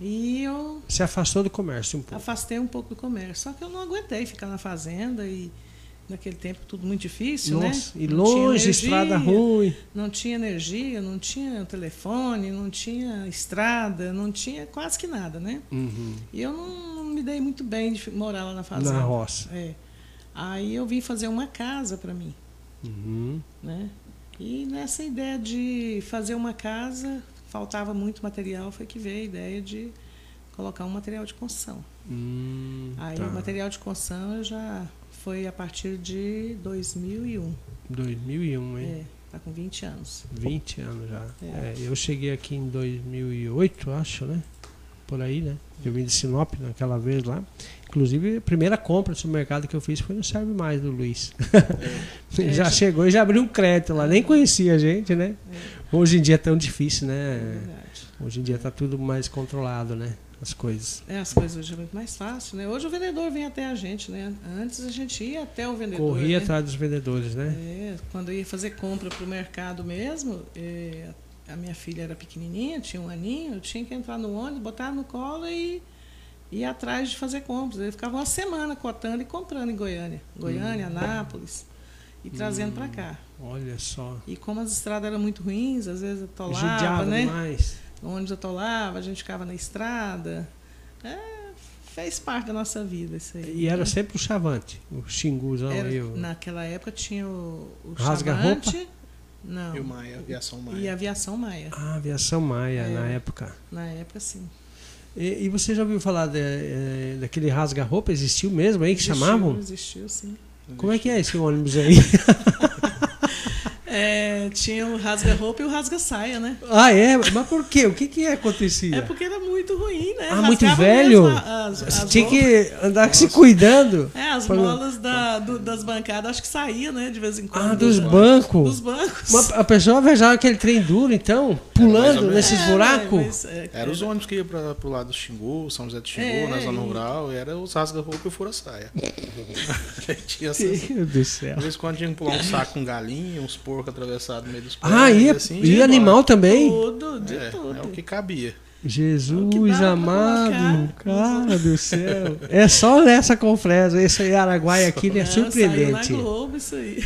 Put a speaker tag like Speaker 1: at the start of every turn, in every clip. Speaker 1: E eu
Speaker 2: Se afastou do comércio um pouco.
Speaker 1: afastei um pouco do comércio. Só que eu não aguentei ficar na fazenda e naquele tempo tudo muito difícil,
Speaker 2: Nossa,
Speaker 1: né?
Speaker 2: e
Speaker 1: Não tinha
Speaker 2: longe,
Speaker 1: energia,
Speaker 2: estrada ruim.
Speaker 1: Não tinha energia, não tinha telefone, não tinha estrada, não tinha quase que nada, né? E eu não, não me dei muito bem de fi- morar lá na fazenda.
Speaker 2: Na roça.
Speaker 1: É. Aí eu vim fazer uma casa para mim,
Speaker 2: Uhum.
Speaker 1: né? E nessa ideia de fazer uma casa, faltava muito material, foi que veio a ideia de colocar um material de construção.
Speaker 2: Hum,
Speaker 1: Aí
Speaker 2: tá.
Speaker 1: o material de construção eu já foi a partir de 2001.
Speaker 2: 2001, hein?
Speaker 1: É, tá com 20 anos.
Speaker 2: 20 anos já.
Speaker 1: É.
Speaker 2: É, eu cheguei aqui em 2008, acho, né? Por aí, né? Eu vim de Sinop naquela vez lá. Inclusive, a primeira compra do supermercado que eu fiz foi no Serve Mais do Luiz.
Speaker 1: É,
Speaker 2: já
Speaker 1: já-
Speaker 2: chegou e já abriu um crédito lá. Nem conhecia a gente, né? Hoje em dia é tão difícil,
Speaker 1: É
Speaker 2: né?
Speaker 1: verdade.
Speaker 2: Hoje em dia tá tudo mais controlado, né? As coisas.
Speaker 1: É, as coisas hoje é muito mais fácil, né? Hoje o vendedor vem até a gente, né? Antes a gente ia até o vendedor.
Speaker 2: Corria
Speaker 1: né?
Speaker 2: atrás dos vendedores, né?
Speaker 1: É, quando eu ia fazer compra para o mercado mesmo, é, a minha filha era pequenininha, tinha um aninho, eu tinha que entrar no ônibus, botar no colo e ir atrás de fazer compras. Eu ficava uma semana cotando e comprando em Goiânia. Goiânia,
Speaker 2: Hum.
Speaker 1: Anápolis, e trazendo para cá.
Speaker 2: Olha só.
Speaker 1: E como as estradas eram muito ruins, às vezes atolava,
Speaker 2: Judiava
Speaker 1: né?
Speaker 2: demais.
Speaker 1: O ônibus atolava, a gente ficava na estrada. É, fez parte da nossa vida isso aí.
Speaker 2: E era sempre o chavante, o xinguzão
Speaker 1: É. Era-
Speaker 2: aí. O...
Speaker 1: Naquela época tinha o, o
Speaker 2: Rasga-roupa?
Speaker 1: chavante. Não.
Speaker 3: E o Maia, aviação Maia.
Speaker 1: E a aviação Maia.
Speaker 2: Ah, aviação Maia,
Speaker 1: É.
Speaker 2: na época.
Speaker 1: Na época, sim.
Speaker 2: E, e você já ouviu falar da- eh, daquele rasga-roupa? Existiu mesmo aí que
Speaker 1: Existiu,
Speaker 2: chamavam?
Speaker 1: Existiu, sim.
Speaker 2: Como é que é esse ônibus aí?
Speaker 1: É, tinha o rasga-roupa e o rasga-saia, né?
Speaker 2: ah, é? Mas por quê? O que que acontecia?
Speaker 1: É porque era muito ruim, né?
Speaker 2: Ah, muito
Speaker 1: Rasgava
Speaker 2: velho?
Speaker 1: mesmo a- As,
Speaker 2: Você
Speaker 1: as
Speaker 2: tinha
Speaker 1: roupas.
Speaker 2: que andar se cuidando.
Speaker 1: É, as
Speaker 2: Pra-
Speaker 1: molas da- do- das bancadas, acho que saía, né? De vez em quando.
Speaker 2: Ah,
Speaker 1: da- Dos
Speaker 2: dos
Speaker 1: É,
Speaker 2: bancos.
Speaker 1: bancos.
Speaker 2: Uma- a pessoa viajava aquele trem duro, então,
Speaker 3: mais ou
Speaker 2: pulando
Speaker 3: menos.
Speaker 2: nesses
Speaker 1: É,
Speaker 2: buracos.
Speaker 1: mas, é,
Speaker 3: Era os ônibus que iam pra, pro lado do Xingu, São José do Xingu,
Speaker 1: É,
Speaker 3: na zona
Speaker 1: e-
Speaker 3: rural, era os rasga-roupa e o fura-saia. tinha essa... De
Speaker 2: Meu Deus do
Speaker 1: É,
Speaker 2: céu.
Speaker 3: vez em quando tinha que pular um saco com galinha, uns porcos atravessados no meio dos
Speaker 2: Ah, e,
Speaker 3: assim,
Speaker 2: e
Speaker 1: é
Speaker 3: ia
Speaker 2: animal também?
Speaker 1: tudo, de
Speaker 3: embora. É,
Speaker 1: tudo.
Speaker 3: é o que
Speaker 1: O
Speaker 3: cabia.
Speaker 1: Oh, que dava
Speaker 2: Jesus
Speaker 1: pra
Speaker 2: amado,
Speaker 1: colocar.
Speaker 2: cara do céu. É só nessa confresa. Esse Araguaia aqui ele é
Speaker 1: Não,
Speaker 2: surpreendente.
Speaker 1: Saiu na Globo isso aí.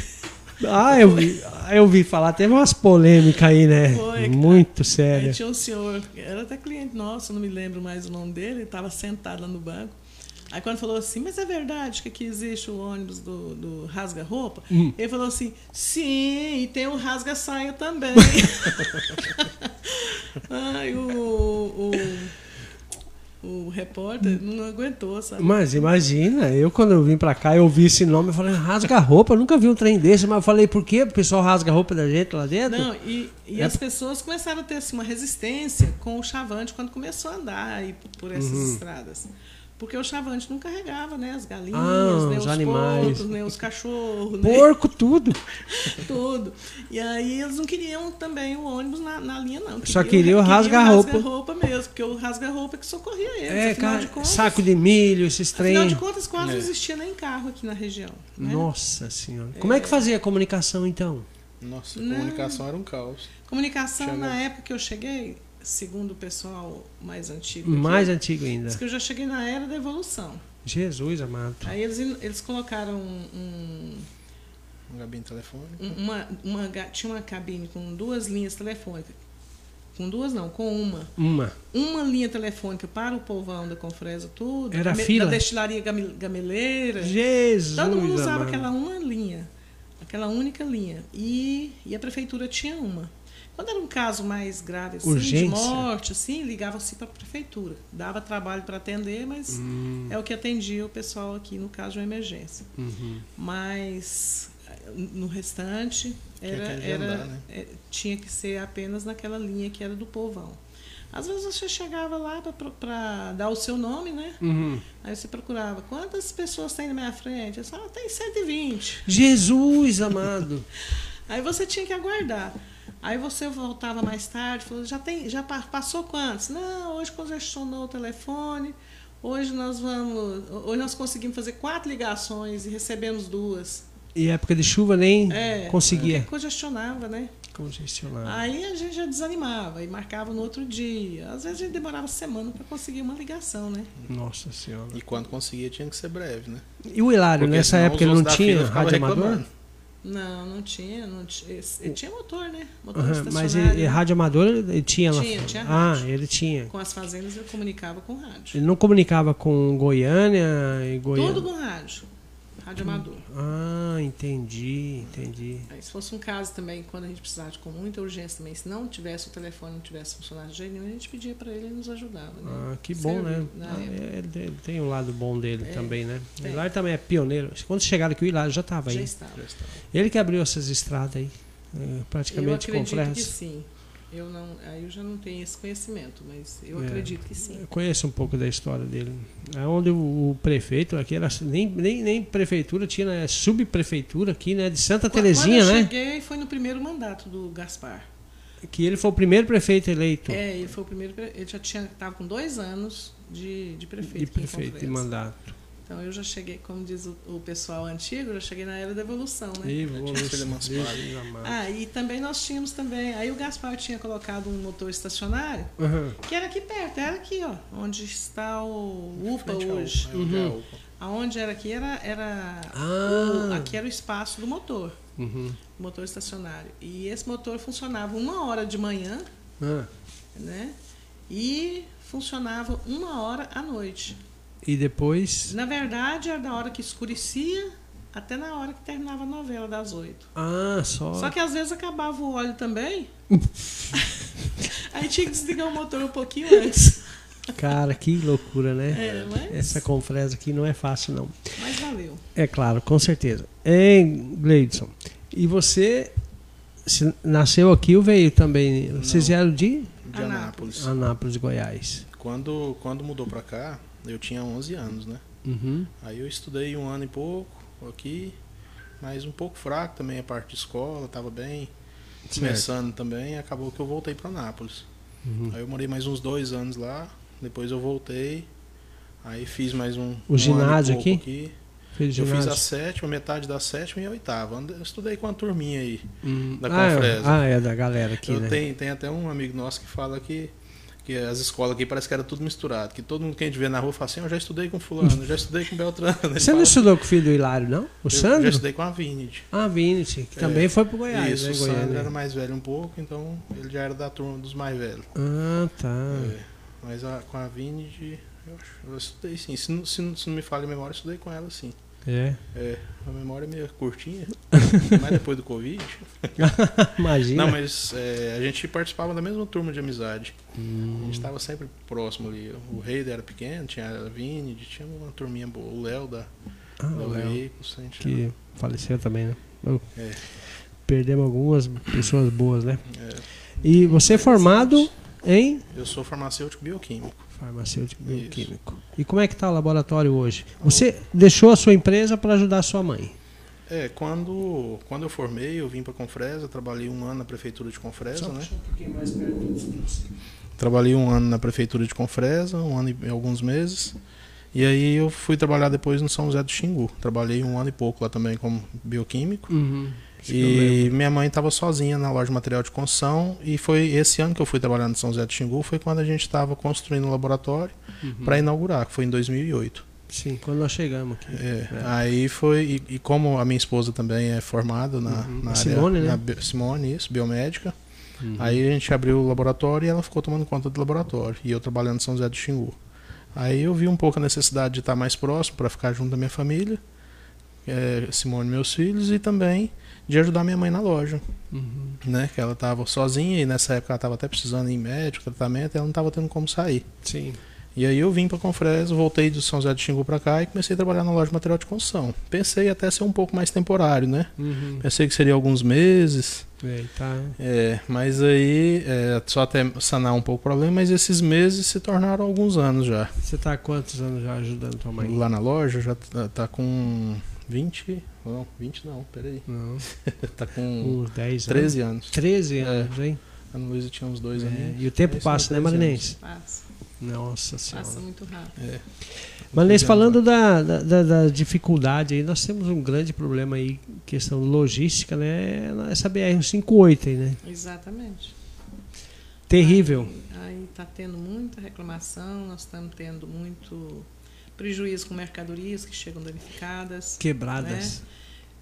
Speaker 2: Ah, eu vi, eu vi falar, teve umas polêmicas aí, né?
Speaker 1: Foi, cara.
Speaker 2: Muito
Speaker 1: Aí
Speaker 2: séria.
Speaker 1: tinha um senhor, era até cliente nosso, não me lembro mais o nome dele, ele estava sentado lá no banco. Aí quando falou assim, mas é verdade que aqui existe o ônibus do, do rasga-roupa?
Speaker 2: Hum.
Speaker 1: Ele falou assim, sim, e tem o rasga-saia também. Ai, o, o, o repórter não aguentou, sabe?
Speaker 2: Mas imagina, eu quando eu vim pra cá, eu vi esse nome, eu falei, rasga roupa, eu nunca vi um trem desse, mas eu falei, por que o pessoal rasga a roupa da gente lá dentro?
Speaker 1: Não, e, e
Speaker 2: É
Speaker 1: as pessoas começaram a ter assim, uma resistência com o chavante quando começou a andar aí p- por essas
Speaker 2: Uhum.
Speaker 1: estradas. Porque o chavante não carregava, né? As galinhas,
Speaker 2: Ah,
Speaker 1: nem
Speaker 2: os
Speaker 1: os,
Speaker 2: animais.
Speaker 1: porcos, nem os cachorros, nem
Speaker 2: Porco tudo.
Speaker 1: tudo. E aí eles não queriam também o ônibus na, na linha, não.
Speaker 2: Só queriam o rasga-roupa.
Speaker 1: rasga-roupa mesmo, porque o rasga-roupa que socorria eles.
Speaker 2: É,
Speaker 1: afinal,
Speaker 2: cara,
Speaker 1: de contas,
Speaker 2: saco de milho, esses
Speaker 1: afinal de
Speaker 2: trem.
Speaker 1: contas, quase
Speaker 3: É.
Speaker 1: não existia nem carro aqui na região. Né?
Speaker 2: Nossa senhora. Como é que fazia a comunicação então?
Speaker 3: Nossa, a
Speaker 1: Não.
Speaker 3: comunicação era um caos.
Speaker 1: Comunicação,
Speaker 3: Chegou.
Speaker 1: na época que eu cheguei, segundo o pessoal mais antigo. aqui,
Speaker 2: Mais antigo ainda.
Speaker 1: Diz que eu já cheguei na era da evolução.
Speaker 2: Jesus amado.
Speaker 1: Aí eles, eles colocaram um-
Speaker 3: Um gabinete telefônico.
Speaker 1: um- uma, uma ga- Tinha uma cabine com duas linhas telefônicas. Com duas não, com uma.
Speaker 2: Uma.
Speaker 1: Uma linha telefônica para o povão da Confresa, tudo.
Speaker 2: Era
Speaker 1: Game-
Speaker 2: fila?
Speaker 1: Da destilaria gamel- gameleira.
Speaker 2: Jesus
Speaker 1: Todo mundo usava
Speaker 2: amado.
Speaker 1: aquela uma linha, aquela única linha. E, e a prefeitura tinha uma. Quando era um caso mais grave, assim,
Speaker 2: Urgência.
Speaker 1: de morte, assim, ligavam-se para a prefeitura. Dava trabalho para atender, mas
Speaker 2: Hum.
Speaker 1: é o que atendia o pessoal aqui no caso de uma emergência.
Speaker 2: Uhum.
Speaker 1: Mas eh, no restante
Speaker 3: Tinha
Speaker 1: era,
Speaker 3: que agendar,
Speaker 1: era-
Speaker 3: né?
Speaker 1: eh, tinha que ser apenas naquela linha que era do povão. Às vezes você chegava lá para dar o seu nome, né?
Speaker 2: Uhum.
Speaker 1: Aí você procurava, quantas pessoas tem na minha frente? Eu falava, "Ah, tem 120.
Speaker 2: Jesus amado.
Speaker 1: Aí você tinha que aguardar. Aí você voltava mais tarde, falou, já, tem, já pa- passou quantos? Não, hoje congestionou o telefone, hoje nós vamos. Hoje nós conseguimos fazer quatro ligações e recebemos duas.
Speaker 2: E época de chuva nem
Speaker 1: É,
Speaker 2: conseguia.
Speaker 1: Porque congestionava, né?
Speaker 2: É. Congestionado.
Speaker 1: Aí a gente já desanimava e marcava no outro dia. Às vezes a gente demorava semana para conseguir uma ligação, né?
Speaker 2: Nossa senhora.
Speaker 3: E quando conseguia tinha que ser breve, né?
Speaker 2: E o Hilário,
Speaker 3: Porque
Speaker 2: nessa
Speaker 3: senão
Speaker 2: época
Speaker 3: os
Speaker 2: ele não
Speaker 3: outros da
Speaker 2: tinha
Speaker 3: fila ficavam
Speaker 2: rádio amador?
Speaker 3: reclamando.
Speaker 1: Não, não tinha. Não tinha, tinha motor, né? Motor
Speaker 2: Aham,
Speaker 1: estacionário.
Speaker 2: Mas e, e rádio amador ele né? tinha lá?
Speaker 1: Tinha, tinha
Speaker 2: ah,
Speaker 1: rádio.
Speaker 2: ele tinha.
Speaker 1: Com as fazendas eu comunicava com rádio.
Speaker 2: Ele não comunicava com Goiânia e Goiânia.
Speaker 1: Tudo com rádio.
Speaker 2: Hum.
Speaker 1: Rádio amador.
Speaker 2: Ah, entendi, entendi.
Speaker 1: Aí, se fosse um caso também, quando a gente precisasse com muita urgência também, se não tivesse o telefone, não tivesse funcionado de jeito nenhum, a gente pedia para ele e ele nos ajudava. Né?
Speaker 2: Ah, que bom, né?
Speaker 1: Serviu na
Speaker 2: Ah,
Speaker 1: época.
Speaker 2: é, ele, tem- ele tem o lado bom dele
Speaker 1: É,
Speaker 2: também, né? O
Speaker 1: tem.
Speaker 2: Hilário também é pioneiro. Quando chegaram aqui, o Hilário já estava
Speaker 1: Já
Speaker 2: aí.
Speaker 1: estava.
Speaker 3: Já estava.
Speaker 2: Ele que abriu essas estradas aí, eh,
Speaker 1: Eu
Speaker 2: praticamente com
Speaker 1: acredito que
Speaker 2: fresta.
Speaker 1: sim. Eu não, aí eu já não tenho esse conhecimento, mas eu
Speaker 2: É.
Speaker 1: acredito que sim.
Speaker 2: Eu conheço um pouco da história dele. É onde o, o prefeito aqui era assim, nem, nem, nem prefeitura tinha, né? Subprefeitura aqui, né? De Santa
Speaker 1: Quando-
Speaker 2: Terezinha,
Speaker 1: Quando eu
Speaker 2: né?
Speaker 1: cheguei, foi no primeiro mandato do Gaspar.
Speaker 2: Que ele foi o primeiro prefeito eleito
Speaker 1: É, ele foi o primeiro. pre- Ele já tinha estava com dois anos de, de prefeito.
Speaker 2: de
Speaker 1: aqui em
Speaker 2: prefeito de
Speaker 1: Confresa.
Speaker 2: mandato.
Speaker 1: Então eu já cheguei, como diz o, o pessoal antigo, eu já cheguei na era da evolução, né?
Speaker 2: E vou
Speaker 3: Tinha sido emancipado.
Speaker 2: Deus amado.
Speaker 1: Ah, e também nós tínhamos também. Aí o Gaspar tinha colocado um motor estacionário,
Speaker 2: Aham.
Speaker 1: que era aqui perto, era aqui, ó, onde está o UPA
Speaker 3: Frente ao-
Speaker 1: hoje.
Speaker 3: é, onde é a
Speaker 2: Uhum.
Speaker 3: UPA.
Speaker 1: Aonde era aqui era. era
Speaker 2: Ah.
Speaker 1: o- aqui era o espaço do motor,
Speaker 2: Uhum.
Speaker 1: do motor estacionário. E esse motor funcionava uma hora de manhã,
Speaker 2: Ah,
Speaker 1: né? E funcionava uma hora à noite.
Speaker 2: E depois.
Speaker 1: Na verdade, era da hora que escurecia até na hora que terminava a novela das oito.
Speaker 2: Ah, só.
Speaker 1: Só que às vezes acabava o óleo também. Aí tinha que desligar o motor um pouquinho antes.
Speaker 2: Cara, que loucura, né?
Speaker 1: É, mas,
Speaker 2: Essa confresa aqui não é fácil, não.
Speaker 1: mas valeu.
Speaker 2: É claro, com certeza. Hein, Gleidson? E você se- nasceu aqui ou veio também? Vocês vieram de
Speaker 3: De Anápolis.
Speaker 2: Anápolis, Goiás.
Speaker 3: Quando, quando mudou pra cá, eu tinha 11 anos, né?
Speaker 2: Uhum.
Speaker 3: Aí eu estudei um ano e pouco aqui, mas um pouco fraco também a parte de escola, tava bem começando também, acabou que eu voltei pra Nápoles.
Speaker 2: Uhum.
Speaker 3: Aí eu morei mais uns dois anos lá, depois eu voltei, aí fiz mais um,
Speaker 2: O
Speaker 3: um
Speaker 2: ginásio
Speaker 3: ano e pouco
Speaker 2: Fez
Speaker 3: Eu fiz
Speaker 2: ginásio?
Speaker 3: a sétima, metade da sétima e a oitava. Ande- Eu estudei com a turminha aí.
Speaker 2: Uhum.
Speaker 3: da
Speaker 2: ah, é,
Speaker 3: Confresa.
Speaker 2: ah, é da galera aqui,
Speaker 3: eu
Speaker 2: né?
Speaker 3: tenho, tem até um amigo nosso que fala que, que as escolas aqui parece que era tudo misturado. Que todo mundo que a gente vê na rua fala assim, eu já estudei com fulano, eu já estudei com Beltrano. Ele
Speaker 2: Você não
Speaker 3: fala-
Speaker 2: estudou com o filho do Hilário, não? O
Speaker 3: Eu já
Speaker 2: Sandro?
Speaker 3: estudei com a Vinid.
Speaker 2: Ah, Vinicius, que também foi pro Goiás,
Speaker 3: Isso,
Speaker 2: né,
Speaker 3: o
Speaker 2: Goiânia?
Speaker 3: Sandro era mais velho um pouco, então ele já era da turma dos mais velhos.
Speaker 2: Ah, tá.
Speaker 3: É, Mas a- com a Vinid, eu, acho- eu estudei sim. Se, não- se, não- se não me falha a memória, eu estudei com ela sim.
Speaker 2: É.
Speaker 3: É, a memória é meio curtinha, mas depois do Covid.
Speaker 2: Imagina.
Speaker 3: Não,
Speaker 2: né?
Speaker 3: mas é, a gente participava da mesma turma de amizade. A
Speaker 2: Hum.
Speaker 3: gente tá estava sempre próximo ali. O Rei era pequeno, tinha a Vini, tinha uma turminha boa. O Léo da,
Speaker 2: Ah,
Speaker 3: da
Speaker 2: o Léo,
Speaker 3: Veículos, a gente-
Speaker 2: que faleceu também, né? Eu-
Speaker 3: É.
Speaker 2: Perdemos algumas pessoas boas, né?
Speaker 3: é,
Speaker 2: E você é formado em
Speaker 3: eu sou farmacêutico bioquímico.
Speaker 2: farmacêutico
Speaker 3: Isso.
Speaker 2: químico. E como é que tá o laboratório hoje? Você deixou a sua empresa para ajudar a sua mãe.
Speaker 3: É, quando, quando eu formei, eu vim para Confresa, trabalhei um ano na prefeitura de Confresa, né?
Speaker 2: um pouquinho mais perto.
Speaker 3: Trabalhei um ano na prefeitura de Confresa, um ano e alguns meses. E aí eu fui trabalhar depois no São José do Xingu. Trabalhei um ano e pouco lá também como bioquímico.
Speaker 2: Uhum.
Speaker 3: E minha mãe estava sozinha na loja de material de construção e foi esse ano que eu fui trabalhar no São José do Xingu, foi quando a gente estava construindo o laboratório
Speaker 2: Uhum.
Speaker 3: para inaugurar, que foi em 2008.
Speaker 2: Sim, quando nós chegamos aqui.
Speaker 3: É, Aí foi, e, e como a minha esposa também é formada na,
Speaker 2: Uhum.
Speaker 3: na
Speaker 2: A
Speaker 3: área,
Speaker 2: Simone, né?
Speaker 3: na bi- Simone, isso, biomédica,
Speaker 2: Uhum.
Speaker 3: É. aí a gente abriu o laboratório e ela ficou tomando conta do laboratório e eu trabalhando no São José do Xingu. Aí eu vi um pouco a necessidade de estar mais próximo para ficar junto da minha família, é, Simone e meus filhos, e também de ajudar minha mãe na loja
Speaker 2: Uhum.
Speaker 3: né? Que ela estava sozinha e nessa época ela estava até precisando ir em médico, tratamento, e ela não estava tendo como sair.
Speaker 2: Sim.
Speaker 3: E aí eu vim para Confresa, voltei do São José do Xingu para cá e comecei a trabalhar na loja de material de construção. Pensei até ser um pouco mais temporário, né?
Speaker 2: Uhum.
Speaker 3: Pensei que seria alguns meses,
Speaker 2: É, tá.
Speaker 3: é, mas aí é, só até sanar um pouco o problema, mas esses meses se tornaram alguns anos já.
Speaker 2: Você tá há quantos anos já ajudando tua mãe?
Speaker 3: Lá na loja já tá, tá com 20, não, 20 não, peraí,
Speaker 2: Não.
Speaker 3: tá com
Speaker 2: Uns 10 anos.
Speaker 3: 13 anos.
Speaker 2: 13
Speaker 3: É.
Speaker 2: anos, hein?
Speaker 3: A Ana Luísa tinha uns dois
Speaker 2: É,
Speaker 3: anos.
Speaker 2: E o tempo
Speaker 3: Esse
Speaker 2: passa, né,
Speaker 3: tem 13
Speaker 2: Marinense?
Speaker 1: Passa.
Speaker 2: Nossa Senhora.
Speaker 1: Passa muito rápido.
Speaker 3: É.
Speaker 2: Mas falando da, da, da- da dificuldade aí, nós temos um grande problema aí, questão logística, né? Essa BR-58 aí, né?
Speaker 1: Exatamente.
Speaker 2: Terrível.
Speaker 1: Ah, Aí está tendo muita reclamação, nós estamos tendo muito prejuízo com mercadorias que chegam danificadas.
Speaker 2: Quebradas.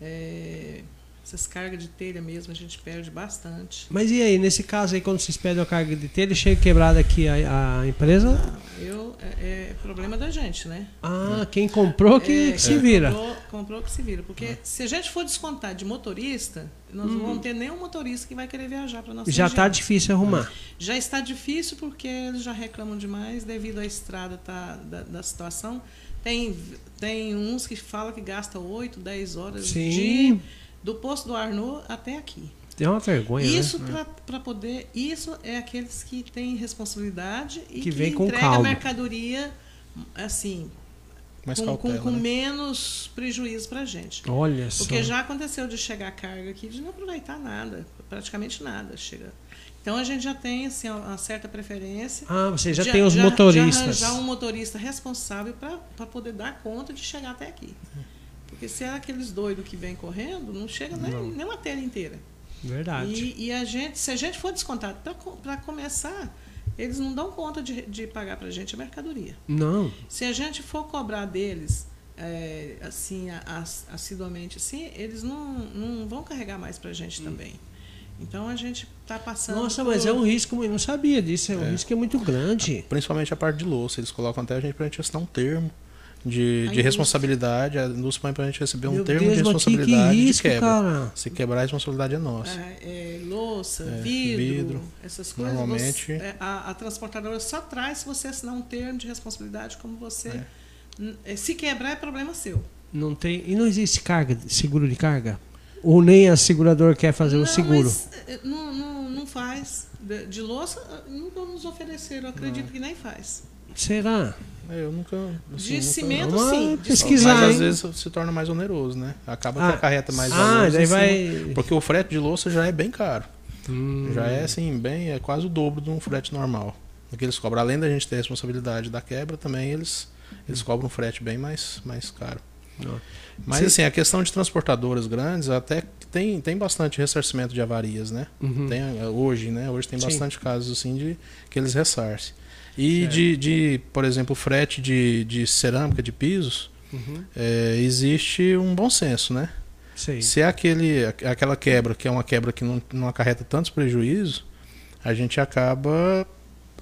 Speaker 1: É, essas cargas de telha mesmo a gente perde bastante.
Speaker 2: Mas e aí, nesse caso aí, quando vocês pedem a carga de telha, chega quebrada aqui a, a empresa?
Speaker 1: Eu, é, é problema da gente, né?
Speaker 2: Ah, quem comprou que,
Speaker 1: É,
Speaker 2: que se vira. Ah.
Speaker 1: Comprou, comprou que se vira. Porque se a gente for descontar de motorista, nós não vamos ter nenhum motorista que vai querer viajar para nossa
Speaker 2: Hum. Já
Speaker 1: região.
Speaker 2: tá difícil arrumar.
Speaker 1: Já está difícil porque eles já reclamam demais devido à estrada tá, da, da situação. Tem, tem uns que falam que gasta 8, 10 horas
Speaker 2: Sim.
Speaker 1: de, do posto do Arnaud até aqui.
Speaker 2: É uma vergonha,
Speaker 1: Isso
Speaker 2: né?
Speaker 1: para poder. Isso é aqueles que têm responsabilidade e
Speaker 2: Que
Speaker 1: que,
Speaker 2: vem com
Speaker 1: entrega
Speaker 2: calma.
Speaker 1: a mercadoria assim,
Speaker 3: Mais
Speaker 1: com, com-
Speaker 3: cautela,
Speaker 1: com
Speaker 3: né?
Speaker 1: menos prejuízo para a gente.
Speaker 2: Olha só.
Speaker 1: Porque já aconteceu de chegar carga aqui de não aproveitar nada, praticamente nada chega. Então a gente já tem assim, uma certa preferência.
Speaker 2: Ah, você já
Speaker 1: de-
Speaker 2: tem os motoristas.
Speaker 1: De arranjar um motorista responsável para poder dar conta de chegar até aqui. Porque se é aqueles doidos que vêm correndo, não chega nem,
Speaker 2: Não.
Speaker 1: nem uma telha inteira.
Speaker 2: Verdade.
Speaker 1: um E, e a gente, se a gente for descontado, para começar, eles não dão conta de, de pagar para a gente a mercadoria.
Speaker 2: Não.
Speaker 1: Se a gente for cobrar deles, é, assim, a- as- assiduamente, assim, eles não, não vão carregar mais para a gente também. Então a gente está passando.
Speaker 2: Hum. Nossa,
Speaker 1: por-
Speaker 2: mas é um risco, eu não sabia disso. É um
Speaker 3: É.
Speaker 2: risco que é muito grande.
Speaker 3: Principalmente a parte de louça. Eles colocam até a gente pra gente assinar um termo de, de
Speaker 1: indústria.
Speaker 3: responsabilidade. A indústria põe pra gente receber um
Speaker 2: Meu
Speaker 3: termo
Speaker 2: Deus,
Speaker 3: de
Speaker 2: mas que, é que
Speaker 3: responsabilidade de
Speaker 2: risco,
Speaker 3: quebra.
Speaker 2: cara.
Speaker 3: Se quebrar, a responsabilidade é nossa.
Speaker 1: é, é, louça,
Speaker 3: É,
Speaker 1: vidro,
Speaker 3: vidro.
Speaker 1: essas coisas.
Speaker 3: Normalmente-
Speaker 1: você- é, a, a transportadora só traz se você assinar um termo de responsabilidade, como você.
Speaker 3: É.
Speaker 1: N- é, Se quebrar é problema seu.
Speaker 2: Não tem. E não existe carga, seguro de carga? Ou nem a seguradora quer fazer É o
Speaker 1: não,
Speaker 2: seguro?
Speaker 1: mas, eh, não, não, não faz. De, de louça, eh, nunca nos ofereceram, acredito que nem faz.
Speaker 2: Será?
Speaker 3: É, eu nunca.
Speaker 1: De
Speaker 3: nunca-
Speaker 1: cimento,
Speaker 2: Assim, Vamos
Speaker 1: sim. de
Speaker 2: pesquisar,
Speaker 1: cimento.
Speaker 3: Mas
Speaker 2: hein?
Speaker 3: às vezes se torna mais oneroso, né? Acaba
Speaker 2: Ah.
Speaker 3: que acarreta mais assim,
Speaker 2: ah,
Speaker 3: valores
Speaker 2: daí
Speaker 3: em cima.
Speaker 2: vai.
Speaker 3: Porque o frete de louça já é bem caro.
Speaker 2: Hum.
Speaker 3: Já é assim, bem, é quase o dobro de um frete normal. O que eles cobram, além da gente ter a responsabilidade da quebra, também eles, eles cobram um frete bem mais, mais caro.
Speaker 2: Não.
Speaker 3: Mas
Speaker 2: Sim.
Speaker 3: assim, a questão de transportadoras grandes até que tem, tem bastante ressarcimento de avarias, né?
Speaker 2: Uhum.
Speaker 3: Tem, eh, hoje, né? Hoje tem
Speaker 2: Sim.
Speaker 3: bastante casos assim de que eles ressarcem. E
Speaker 2: Certo.
Speaker 3: de, de, por exemplo, frete de, de cerâmica, de pisos,
Speaker 2: Uhum.
Speaker 3: eh, existe um bom senso, né?
Speaker 2: Sei.
Speaker 3: Se é aquele, aqu- aquela quebra, que é uma quebra que não, não acarreta tantos prejuízos, a gente acaba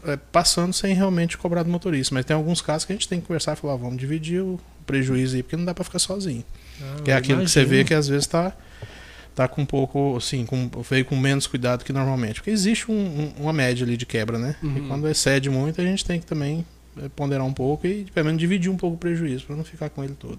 Speaker 3: é, passando sem realmente cobrar do motorista. Mas tem alguns casos que a gente tem que conversar e falar, "Ó, vamos dividir o prejuízo aí, porque não dá para ficar sozinho.
Speaker 2: Ah,
Speaker 3: que é
Speaker 2: eu
Speaker 3: aquilo que você vê
Speaker 2: imagino.
Speaker 3: que às vezes tá, tá com um pouco, assim, com, veio com menos cuidado que normalmente. Porque existe um- um- uma média ali de quebra, né? E
Speaker 2: Uhum.
Speaker 3: quando excede muito, a gente tem que também é, ponderar um pouco e pelo menos dividir um pouco o prejuízo, para não ficar com ele todo.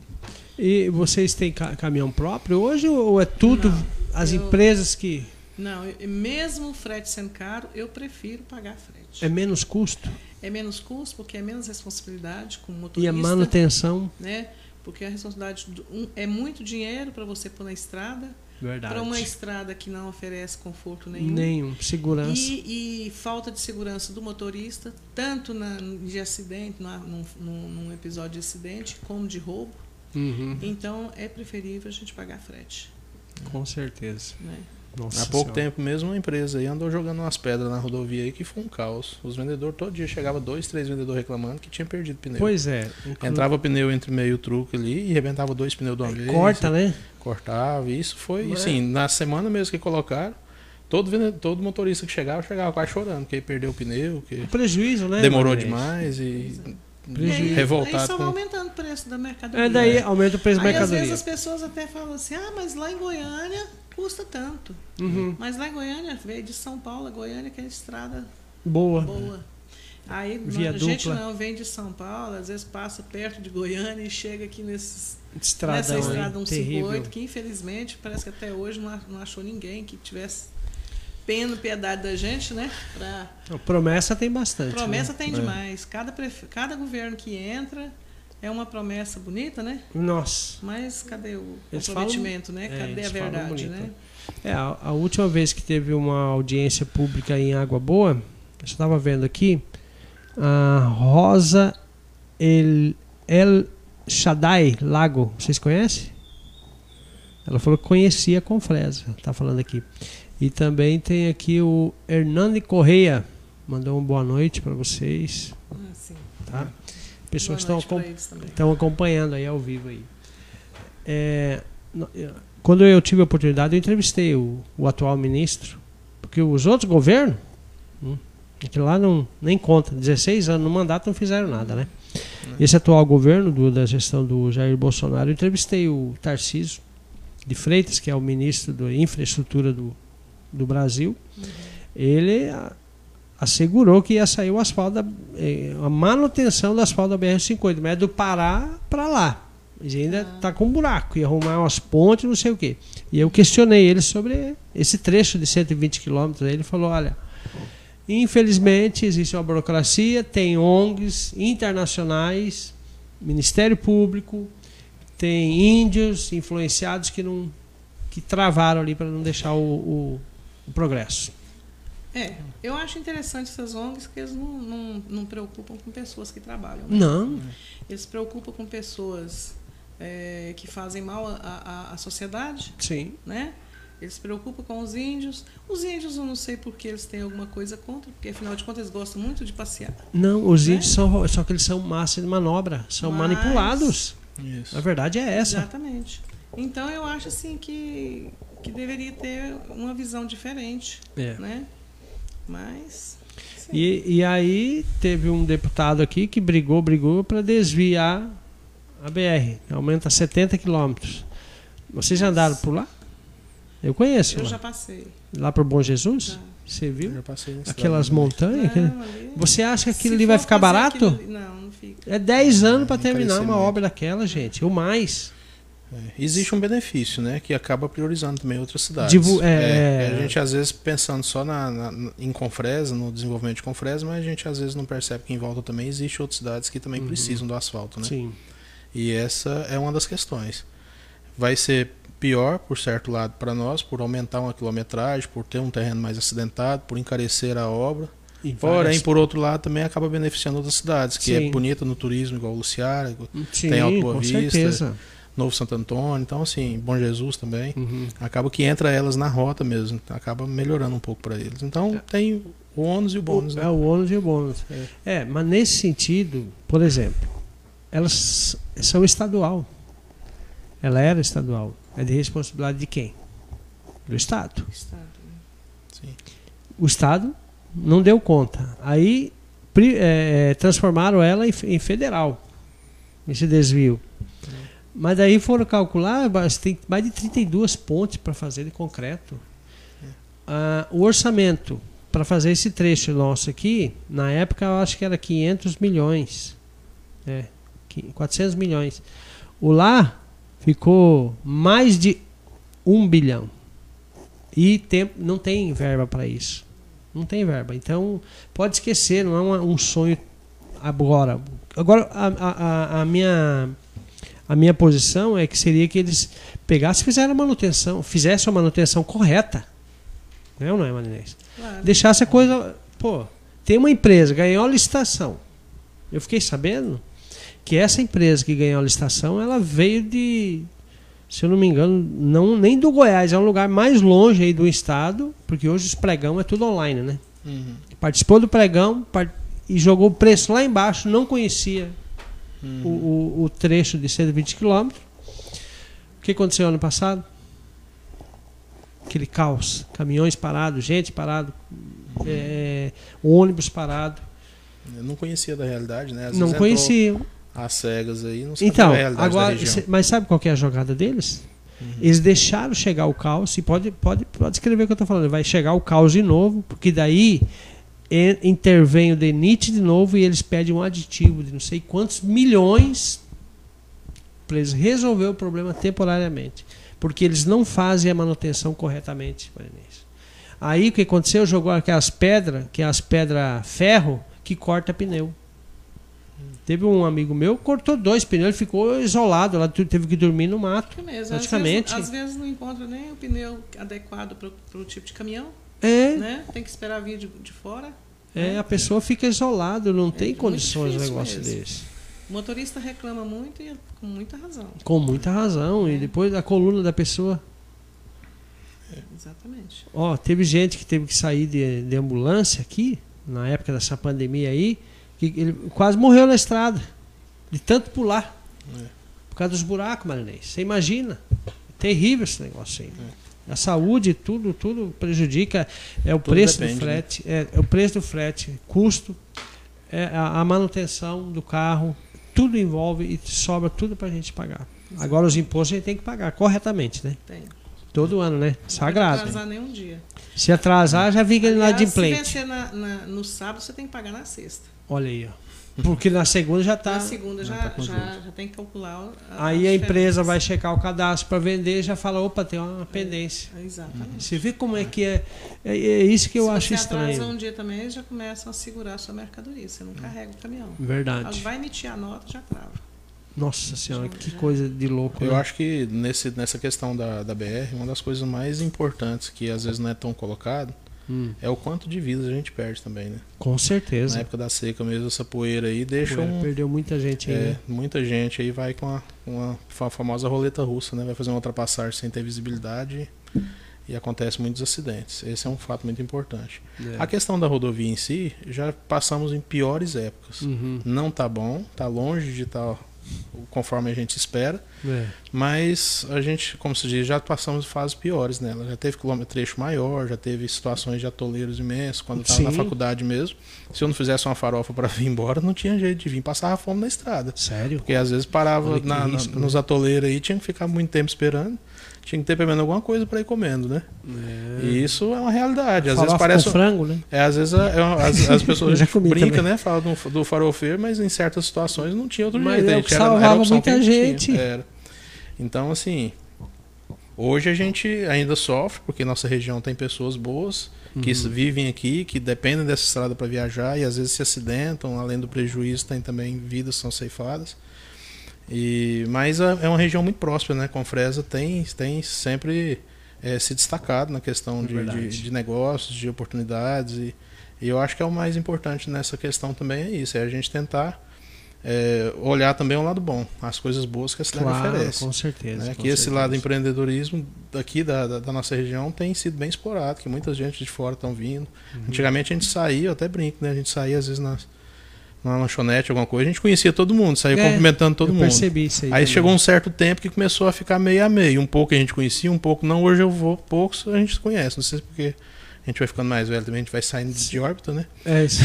Speaker 2: E vocês têm ca- caminhão próprio hoje ou é tudo
Speaker 1: Não,
Speaker 2: as
Speaker 1: eu-
Speaker 2: empresas que
Speaker 1: Não, eu- mesmo o frete sendo caro, eu prefiro pagar frete.
Speaker 2: é menos custo
Speaker 1: É, menos custo, porque é menos responsabilidade com o
Speaker 2: e
Speaker 1: motorista.
Speaker 2: a manutenção?
Speaker 1: né? Porque a responsabilidade do- um- é muito dinheiro para você pôr na estrada,
Speaker 2: Verdade.
Speaker 1: para uma estrada que não oferece conforto nenhum.
Speaker 2: Nenhum. Segurança.
Speaker 1: E, e falta de segurança do motorista, tanto na, de acidente, na- num, num- num episódio de acidente, como de roubo.
Speaker 2: Uhum,
Speaker 1: Então, é preferível a gente pagar frete.
Speaker 2: Com certeza.
Speaker 1: Né?
Speaker 2: Nossa
Speaker 3: Há pouco
Speaker 2: Senhora.
Speaker 3: tempo mesmo, uma empresa aí andou jogando umas pedras na rodovia aí que foi um caos. Os vendedores, todo dia chegava dois, três vendedores reclamando que tinha perdido pneu.
Speaker 2: Pois é.
Speaker 3: né? Entrava pneu entre meio truque ali e arrebentava dois pneus de uma vez.
Speaker 2: Corta, né?
Speaker 3: Cortava. E isso foi,
Speaker 2: Ué.
Speaker 3: assim, na semana mesmo que colocaram, todo, vende- todo motorista que chegava, chegava quase chorando, que aí perdeu o pneu, que
Speaker 2: O prejuízo, né?
Speaker 3: demorou
Speaker 2: Maria?
Speaker 3: demais e
Speaker 1: E aí,
Speaker 2: é Prejuízo.
Speaker 1: aí
Speaker 3: revoltado
Speaker 1: só vai
Speaker 3: com...
Speaker 1: aumentando o preço da mercadoria.
Speaker 2: É, daí aumenta o preço da
Speaker 1: Aí, às vezes
Speaker 2: mercadoria.
Speaker 1: as pessoas até falam assim, ah, mas lá em Goiânia custa tanto.
Speaker 2: Uhum.
Speaker 1: Mas lá em Goiânia, veio de São Paulo a Goiânia, que é estrada
Speaker 2: Boa.
Speaker 1: boa. Aí não,
Speaker 2: Via
Speaker 1: a gente
Speaker 2: dupla.
Speaker 1: não vem de São Paulo, às vezes passa perto de Goiânia e chega aqui nesses,
Speaker 2: Estradão,
Speaker 1: nessa
Speaker 2: hein?
Speaker 1: estrada 158,
Speaker 2: né? terrível.
Speaker 1: que infelizmente parece que até hoje não, a- não achou ninguém que tivesse pena, piedade da gente, né? Pra-
Speaker 2: Promessa tem bastante.
Speaker 1: promessa tem
Speaker 3: É.
Speaker 1: demais. Cada, prefe- cada governo que entra é uma promessa bonita, né?
Speaker 2: Né? Nossa.
Speaker 1: Mas cadê o
Speaker 2: Eles
Speaker 1: comprometimento, né?
Speaker 2: é,
Speaker 1: Cadê a
Speaker 2: eles falam
Speaker 1: verdade,
Speaker 2: bonito.
Speaker 1: né?
Speaker 2: É, a, a última vez que teve uma audiência pública em Água Boa, eu estava vendo aqui, a Rosa El, El Shaddai Lago. Vocês conhecem? Ela falou que conhecia com Fresa, tá falando aqui. E também tem aqui o Hernani Correia, mandou uma boa noite para vocês,
Speaker 1: Ah, sim.
Speaker 2: tá? Pessoas
Speaker 1: Boa
Speaker 2: estão
Speaker 1: noite pra
Speaker 2: acom-
Speaker 1: eles também.
Speaker 2: estão acompanhando aí ao vivo aí. É, no- eu- quando eu tive a oportunidade, eu entrevistei o, o atual ministro, porque os outros governos, hum, aquilo lá não nem conta, 16 anos no mandato não fizeram nada, né? Esse atual governo do- da gestão do Jair Bolsonaro, eu entrevistei o Tarcísio de Freitas, que é o ministro da Infraestrutura do, do Brasil. Ele a- assegurou que ia sair o asfalto, da- eh, a manutenção do asfalto da BR-50, mas é do Pará para lá. Mas ainda está com um buraco, ia arrumar umas pontes, não sei o quê. E eu questionei ele sobre esse trecho de 120 quilômetros. Aí Ele falou: olha, infelizmente existe uma burocracia, tem ONGs internacionais, Ministério Público, tem índios influenciados que não que travaram ali para não deixar o, o- o progresso.
Speaker 1: É, eu acho interessante essas ONGs que eles não, não, não preocupam com pessoas que trabalham. né?
Speaker 2: Não,
Speaker 1: Eles se preocupam com pessoas eh, que fazem mal à- à à sociedade,
Speaker 2: sim.
Speaker 1: né? Eles se preocupam com os índios. Os índios, eu não sei porque eles têm alguma coisa contra, porque afinal de contas eles gostam muito de passear.
Speaker 2: Não, os
Speaker 1: Né?
Speaker 2: índios são só que eles são massa de manobra, são
Speaker 1: Mas-
Speaker 2: manipulados.
Speaker 3: Isso.
Speaker 2: A verdade é essa.
Speaker 1: Exatamente. Então eu acho assim que, que deveria ter uma visão diferente,
Speaker 2: É.
Speaker 1: né? Mas. sim.
Speaker 2: E, e aí teve um deputado aqui que brigou, brigou para desviar a BR. Aumenta 70 quilômetros. Vocês já andaram por lá? Eu conheço
Speaker 1: eu
Speaker 2: lá.
Speaker 1: já passei.
Speaker 2: Lá para Bom Jesus?
Speaker 1: já.
Speaker 2: Você
Speaker 3: Eu
Speaker 2: viu?
Speaker 3: já passei nessa
Speaker 2: Aquelas
Speaker 3: cidade também.
Speaker 2: montanhas. aquele-
Speaker 1: Não, ali-
Speaker 2: Você acha que aquilo
Speaker 1: É. Se
Speaker 2: ali vai
Speaker 1: for
Speaker 2: ficar
Speaker 1: fazer
Speaker 2: barato?
Speaker 1: aquilo- Não, não fica.
Speaker 2: É 10 anos para
Speaker 3: Vai
Speaker 2: terminar
Speaker 3: encarecer
Speaker 2: uma
Speaker 3: muito.
Speaker 2: obra daquela, gente. Ou mais.
Speaker 3: É, Existe um benefício, né? Que acaba priorizando também outras cidades.
Speaker 2: Divu- é,
Speaker 3: É,
Speaker 2: é.
Speaker 3: A gente às vezes pensando só na, na- em Confresa, no desenvolvimento de Confresa, mas a gente às vezes não percebe que em volta também existe outras cidades que também
Speaker 2: Uhum.
Speaker 3: precisam do asfalto, né?
Speaker 2: Sim.
Speaker 3: E essa é uma das questões. Vai ser pior, por certo lado, para nós, por aumentar uma quilometragem, por ter um terreno mais acidentado, por encarecer a obra.
Speaker 2: E
Speaker 3: Porém,
Speaker 2: várias-
Speaker 3: por outro lado, também acaba beneficiando outras cidades, que
Speaker 2: Sim.
Speaker 3: é bonita no turismo, igual Luciara, igual
Speaker 2: Sim,
Speaker 3: tem Alto Boa
Speaker 2: com
Speaker 3: Vista.
Speaker 2: certeza.
Speaker 3: Novo Santo Antônio. Então, assim, Bom Jesus também.
Speaker 2: Uhum.
Speaker 3: Acaba que entra elas na rota mesmo, então acaba melhorando um pouco para eles.
Speaker 2: É.
Speaker 3: Então, tem o ônus e o bônus,
Speaker 2: O-
Speaker 3: né?
Speaker 2: É o ônus e o bônus. É. mas nesse sentido, por exemplo, elas são estadual. Ela era estadual. É de responsabilidade de quem? Do Estado.
Speaker 1: Estado.
Speaker 2: É.
Speaker 3: Sim.
Speaker 2: O Estado não deu conta. Aí pri- eh, transformaram ela em, fe- em federal, esse desvio. Mas daí foram calcular, mas tem mais de 32 pontes para fazer de concreto. Ah, o orçamento para fazer esse trecho nosso aqui, na época eu acho que era 500 milhões. É, qui- 400 milhões. O lá ficou mais de 1 bilhão. E tem, não tem verba para isso. Não tem verba. Então, pode esquecer, não é uma- um sonho agora. Agora, a, a- a- a minha, a minha posição é que seria que eles pegassem e fizeram a manutenção, fizessem a manutenção correta. Não é, ou não é, Marinês?
Speaker 1: Claro.
Speaker 2: deixasse a coisa. Pô, tem uma empresa, ganhou a licitação. Eu fiquei sabendo que essa empresa que ganhou a licitação, ela veio de. Se eu não me engano, não, nem do Goiás, é um lugar mais longe aí do estado, porque hoje os pregão é tudo online, né?
Speaker 3: Uhum.
Speaker 2: Participou do pregão par- e jogou o preço lá embaixo, não conhecia o,
Speaker 3: Uhum.
Speaker 2: o- o trecho de 120 quilômetros. O que aconteceu ano passado? Aquele caos. Caminhões parados, gente parado, é, ônibus parado.
Speaker 3: Eu não conhecia da realidade, né? Às
Speaker 2: não
Speaker 3: vezes
Speaker 2: conhecia.
Speaker 3: entrou As cegas aí, não sabia
Speaker 2: Então,
Speaker 3: a realidade da
Speaker 2: agora,
Speaker 3: região. Uhum.
Speaker 2: cê- mas sabe qual que é a jogada deles? Eles deixaram chegar o caos, e pode, pode, pode escrever o que eu estou falando, vai chegar o caos de novo, porque daí e- intervém o DENIT de novo e eles pedem um aditivo de não sei quantos milhões para eles resolver o problema temporariamente, porque eles não fazem a manutenção corretamente, Marinês. Aí o que aconteceu? Jogou aquelas pedras, que é as pedras ferro, que corta pneu. Teve um amigo meu, cortou dois pneus, ele ficou isolado, lá tu- teve que dormir no mato.
Speaker 1: Isso mesmo.
Speaker 2: Praticamente.
Speaker 1: Às vezes, às vezes não encontra nem o pneu adequado para o tipo de caminhão,
Speaker 2: É,
Speaker 1: né? Tem que esperar vir de, de fora.
Speaker 2: É, a pessoa fica isolada, não tem
Speaker 1: É muito
Speaker 2: condições de
Speaker 1: difícil
Speaker 2: negócio
Speaker 1: mesmo.
Speaker 2: desse.
Speaker 1: O motorista reclama muito e é com muita razão.
Speaker 2: Com muita razão. E depois a coluna da pessoa. É.
Speaker 1: Exatamente.
Speaker 2: Ó, teve gente que teve que sair de, de ambulância aqui, na época dessa pandemia aí, que ele quase morreu na estrada. De tanto pular.
Speaker 3: É.
Speaker 2: Por causa dos buracos, Marinês. Você imagina. É terrível esse negócio aí. A saúde, tudo, tudo prejudica. É o
Speaker 3: É. Tudo
Speaker 2: preço do
Speaker 3: depende, né?
Speaker 2: frete. É, é o preço do frete, custo, é a, a manutenção do carro, tudo envolve e sobra tudo para a gente pagar. Agora os impostos a gente tem que pagar corretamente, né?
Speaker 1: Tem.
Speaker 2: Todo ano, né?
Speaker 1: Não
Speaker 2: Sagrado. né?
Speaker 1: atrasar nem um dia.
Speaker 2: Se atrasar, já fica
Speaker 1: Aliás, se
Speaker 2: inadimplente.
Speaker 1: vencer na- na- no sábado, você tem que pagar na sexta.
Speaker 2: Olha aí, ó. Porque na segunda já
Speaker 1: Na
Speaker 2: está.
Speaker 1: segunda
Speaker 3: já
Speaker 1: já,
Speaker 3: tá conjunto.
Speaker 1: já, já tá tem que calcular. o- a-
Speaker 2: Aí a
Speaker 1: as
Speaker 2: empresa
Speaker 1: diferenças.
Speaker 2: vai checar o cadastro para vender e já fala, opa, tem uma pendência.
Speaker 1: Exatamente.
Speaker 2: Você vê como é que é. É, é isso que eu
Speaker 1: Se
Speaker 2: acho
Speaker 1: você atrasa
Speaker 2: estranho. Hum.
Speaker 1: um dia também, eles já começam a segurar a sua mercadoria. Você não carrega o caminhão.
Speaker 2: Verdade.
Speaker 1: um- Vai emitir a nota, já trava.
Speaker 2: Nossa senhora, que coisa de louco.
Speaker 3: Eu
Speaker 2: né?
Speaker 3: acho que nesse, nessa questão da, da BR, uma das coisas mais importantes que às vezes não é tão colocado
Speaker 2: Hum,
Speaker 3: é o quanto de vidas a gente perde também, né?
Speaker 2: com
Speaker 3: Na
Speaker 2: certeza.
Speaker 3: época da seca mesmo, essa poeira aí deixa
Speaker 2: Poeira,
Speaker 3: um.
Speaker 2: Perdeu muita gente aí.
Speaker 3: é,
Speaker 2: né?
Speaker 3: muita gente aí vai com a, uma fa- famosa roleta russa, né? Vai fazer uma ultrapassagem sem ter visibilidade e acontece muitos acidentes. Esse é um fato muito importante.
Speaker 2: É.
Speaker 3: A questão da rodovia em si, já passamos em piores épocas.
Speaker 2: Uhum,
Speaker 3: Não tá bom, tá longe de estar conforme a gente espera.
Speaker 2: é.
Speaker 3: Mas a gente, como se diz, já passamos fases piores nela. Já teve quilômetro trecho maior, já teve situações de atoleiros imensos, quando estava na
Speaker 2: Sim.
Speaker 3: faculdade mesmo. Se eu não fizesse uma farofa para vir embora, não tinha jeito de vir, passava fome na estrada.
Speaker 2: Sério? É.
Speaker 3: Porque às vezes parava
Speaker 2: Olha que
Speaker 3: na- na-
Speaker 2: risco, né?
Speaker 3: nos atoleiros aí, tinha que ficar muito tempo esperando. Tinha que ter pelo menos alguma coisa para ir comendo, né?
Speaker 2: É.
Speaker 3: E isso é uma realidade. Às
Speaker 2: Farofa
Speaker 3: vezes parece.
Speaker 2: com frango, né?
Speaker 3: É, às vezes a- é uma- as, as pessoas
Speaker 2: Já comi
Speaker 3: brincam,
Speaker 2: também.
Speaker 3: né? Falam do, do farofeiro, mas em certas situações não tinha outro
Speaker 2: Mas
Speaker 3: jeito.
Speaker 2: é
Speaker 3: a
Speaker 2: o
Speaker 3: gente
Speaker 2: que
Speaker 3: era- era a
Speaker 2: salvava
Speaker 3: opção que a
Speaker 2: muita
Speaker 3: gente tinha,
Speaker 2: gente.
Speaker 3: era. Então, assim, hoje a gente ainda sofre, porque nossa região tem pessoas boas que
Speaker 2: Uhum.
Speaker 3: s- vivem aqui, que dependem dessa estrada para viajar e às vezes se acidentam, além do prejuízo, tem também vidas que são ceifadas. E, mas a- é uma região muito próspera, né? Confresa tem, tem sempre eh, se destacado na questão de,
Speaker 2: É Verdade.
Speaker 3: de, de negócios, de oportunidades. E, e eu acho que é o mais importante nessa questão também é isso, é a gente tentar eh, olhar também o lado bom, as coisas boas que a cidade
Speaker 2: Claro,
Speaker 3: oferece.
Speaker 2: com certeza.
Speaker 3: né?
Speaker 2: com
Speaker 3: Que esse lado do
Speaker 2: certeza.
Speaker 3: empreendedorismo daqui da, da, da nossa região tem sido bem explorado, que muita gente de fora estão vindo.
Speaker 2: Uhum.
Speaker 3: Antigamente a gente saía, eu até brinco, né? A gente saía às vezes na, na lanchonete, alguma coisa, a gente conhecia todo mundo, saía
Speaker 2: É,
Speaker 3: cumprimentando todo
Speaker 2: Eu
Speaker 3: mundo.
Speaker 2: percebi né? isso aí.
Speaker 3: Aí
Speaker 2: também.
Speaker 3: chegou um certo tempo que começou a ficar meio a meio. Um pouco a gente conhecia, um pouco não. Hoje eu vou, poucos a gente conhece. Não sei se é porque a gente vai ficando mais velho também, a gente vai saindo de órbita, né?
Speaker 2: É, isso-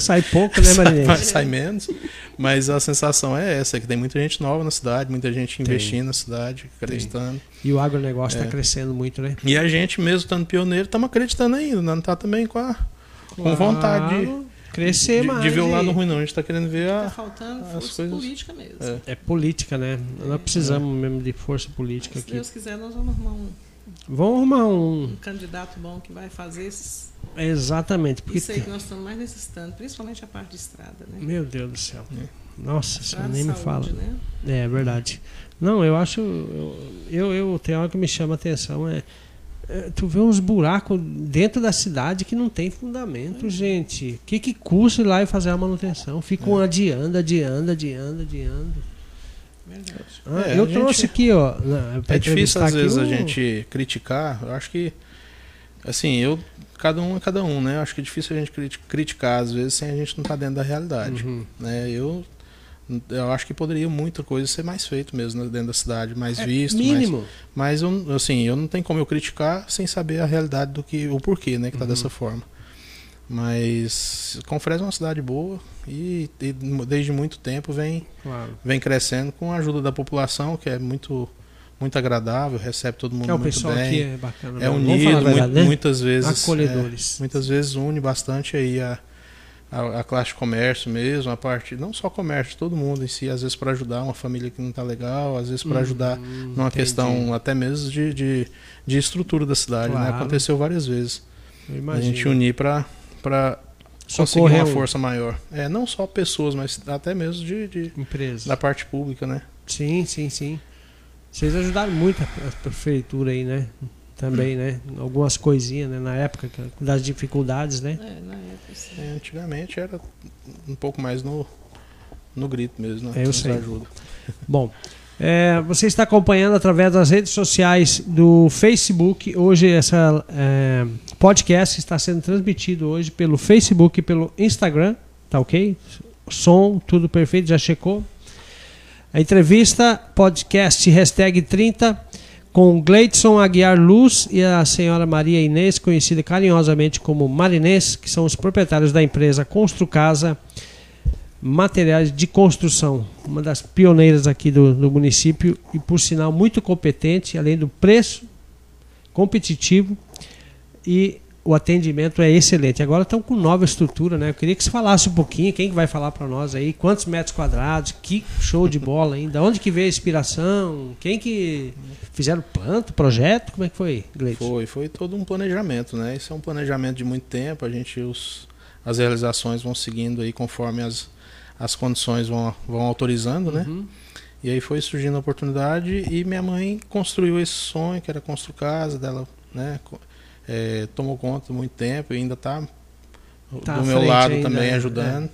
Speaker 2: sai pouco, né,
Speaker 3: Vai
Speaker 2: Marinês?
Speaker 3: sair menos. Mas a sensação é essa, é que tem muita gente nova na cidade, muita gente
Speaker 2: Tem.
Speaker 3: investindo na cidade, acreditando.
Speaker 2: E o agronegócio está
Speaker 3: É.
Speaker 2: crescendo muito, né?
Speaker 3: E a gente, mesmo estando pioneiro, estamos acreditando ainda, né? não tá também com a. Com vontade de-
Speaker 2: Claro, crescer
Speaker 3: de,
Speaker 2: mais.
Speaker 3: de ver o
Speaker 2: e-
Speaker 3: lado ruim, não. A gente tá querendo ver
Speaker 1: Está
Speaker 3: a.
Speaker 1: faltando
Speaker 3: as
Speaker 1: força
Speaker 3: coisas-
Speaker 1: política mesmo.
Speaker 3: É.
Speaker 2: Ah, É política, né? Nós precisamos mesmo de força política
Speaker 1: Se
Speaker 2: aqui. Hum.
Speaker 1: Deus quiser, nós vamos arrumar um,
Speaker 2: Vamos arrumar um.
Speaker 1: um candidato bom que vai fazer esses,
Speaker 2: Exatamente. Porque...
Speaker 1: isso aí que nós estamos mais necessitando, principalmente a parte de estrada, né?
Speaker 2: Meu Deus do céu.
Speaker 3: É.
Speaker 2: Nossa, você
Speaker 1: Estrada,
Speaker 2: nem me
Speaker 1: saúde,
Speaker 2: fala.
Speaker 1: Né?
Speaker 2: É verdade. Não, eu acho. Eu, eu, eu- tem algo que me chama a atenção é, é, Tu vê uns buracos dentro da cidade que não tem fundamento,
Speaker 3: É.
Speaker 2: gente. O que, que custa ir lá e fazer a manutenção? Ficam adiando, adiando, adiando, adiando.
Speaker 1: Verdade.
Speaker 2: Ah,
Speaker 3: É,
Speaker 2: eu
Speaker 3: a gente-
Speaker 2: trouxe aqui, ó. na- pra
Speaker 3: É difícil
Speaker 2: entrevistar
Speaker 3: às
Speaker 2: aqui um-
Speaker 3: vezes a
Speaker 2: o-
Speaker 3: gente criticar. Eu acho que assim, eu cada um é cada um, né? Eu acho que é difícil a gente criti- criticar às vezes sem a gente não estar dentro da realidade,
Speaker 2: Uhum.
Speaker 3: né? Eu eu acho que poderia muita coisa ser mais feito mesmo né, dentro da cidade, mais
Speaker 2: É,
Speaker 3: visto, mais,
Speaker 2: mínimo.
Speaker 3: mas eu, assim, eu não tenho como eu criticar sem saber a realidade do que o porquê, né, que
Speaker 2: Uhum.
Speaker 3: tá dessa forma. Mas Confresa é uma cidade boa e, e desde muito tempo vem
Speaker 2: Claro.
Speaker 3: vem crescendo com a ajuda da população, que é muito, muito agradável, recebe todo mundo
Speaker 2: Que é o
Speaker 3: muito
Speaker 2: pessoal
Speaker 3: bem.
Speaker 2: aqui é bacana.
Speaker 3: é
Speaker 2: mesmo. Vamos falar
Speaker 3: unido,
Speaker 2: a verdade,
Speaker 3: mu-
Speaker 2: né?
Speaker 3: muitas vezes. é,
Speaker 2: Acolhedores.
Speaker 3: muitas vezes une bastante aí a, a, a classe de comércio mesmo, a parte, não só comércio, todo mundo em si, às vezes para ajudar uma família que não está legal, às vezes para ajudar
Speaker 2: Hum,
Speaker 3: numa
Speaker 2: entendi.
Speaker 3: questão até mesmo de, de, de estrutura da cidade, né?
Speaker 2: Claro.
Speaker 3: Aconteceu várias vezes.
Speaker 2: Eu
Speaker 3: A gente
Speaker 2: imagino.
Speaker 3: unir para conseguir
Speaker 2: Socorrer
Speaker 3: uma
Speaker 2: um-
Speaker 3: força maior. É, não só pessoas, mas até mesmo de- de,
Speaker 2: Empresa.
Speaker 3: da parte pública, né?
Speaker 2: Sim, sim, sim. Vocês ajudaram muito a, a prefeitura aí, né? também, né? Algumas coisinhas, né? Na época, que- das dificuldades, né?
Speaker 1: É, na época, sim.
Speaker 3: É, antigamente era um pouco mais no, no grito mesmo, né?
Speaker 2: É, eu
Speaker 3: Nos
Speaker 2: sei.
Speaker 3: Ajuda.
Speaker 2: Bom, é, você está acompanhando através das redes sociais do Facebook. Hoje essa é, podcast está sendo transmitido hoje pelo Facebook e pelo Instagram, tá ok? Som, tudo perfeito, já checou? A entrevista, podcast, hashtag 30, com Gleidson Aguiar Luz e a senhora Maria Inês, conhecida carinhosamente como Marinês, que são os proprietários da empresa Construcasa materiais de construção, uma das pioneiras aqui do, do município e por sinal muito competente, além do preço competitivo e o atendimento é excelente. Agora estão com nova estrutura, né? Eu queria que você falasse um pouquinho, quem que vai falar para nós aí, quantos metros quadrados, que show de bola ainda, onde que veio a inspiração, quem que fizeram planto, projeto, como é que foi, Gleito?
Speaker 3: Foi, foi todo um planejamento, né? Isso é um planejamento de muito tempo. A gente os, as realizações vão seguindo aí conforme as, as condições vão, vão autorizando, né?
Speaker 2: Uhum.
Speaker 3: E aí foi surgindo a oportunidade e minha mãe construiu esse sonho que era construir casa dela, né? co- eh, tomou conta muito tempo e ainda tá,
Speaker 2: Tá à
Speaker 3: do meu
Speaker 2: frente
Speaker 3: lado
Speaker 2: ainda,
Speaker 3: também
Speaker 2: é.
Speaker 3: ajudando.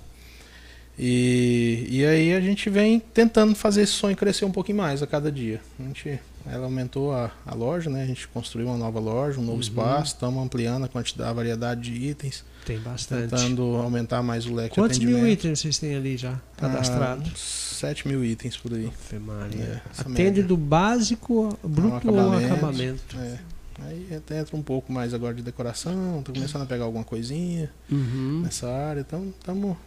Speaker 3: E, e aí a gente vem tentando fazer esse sonho crescer um pouquinho mais a cada dia. A gente, ela aumentou a, a loja, né? A gente construiu uma nova loja, um novo
Speaker 2: Uhum.
Speaker 3: espaço, estamos ampliando a quantidade, a variedade de itens,
Speaker 2: Tem bastante.
Speaker 3: tentando aumentar mais o leque
Speaker 2: Quantos
Speaker 3: de atendimento.
Speaker 2: mil itens vocês têm ali já cadastrados?
Speaker 3: Ah, uns 7 mil itens por aí.
Speaker 2: Ave Maria.
Speaker 3: É, essa
Speaker 2: Atende
Speaker 3: média.
Speaker 2: do básico ao bruto ao
Speaker 3: acabamento.
Speaker 2: acabamento.
Speaker 3: É. Aí até entra um pouco mais agora de decoração, tô começando a pegar alguma coisinha nessa área, então estamos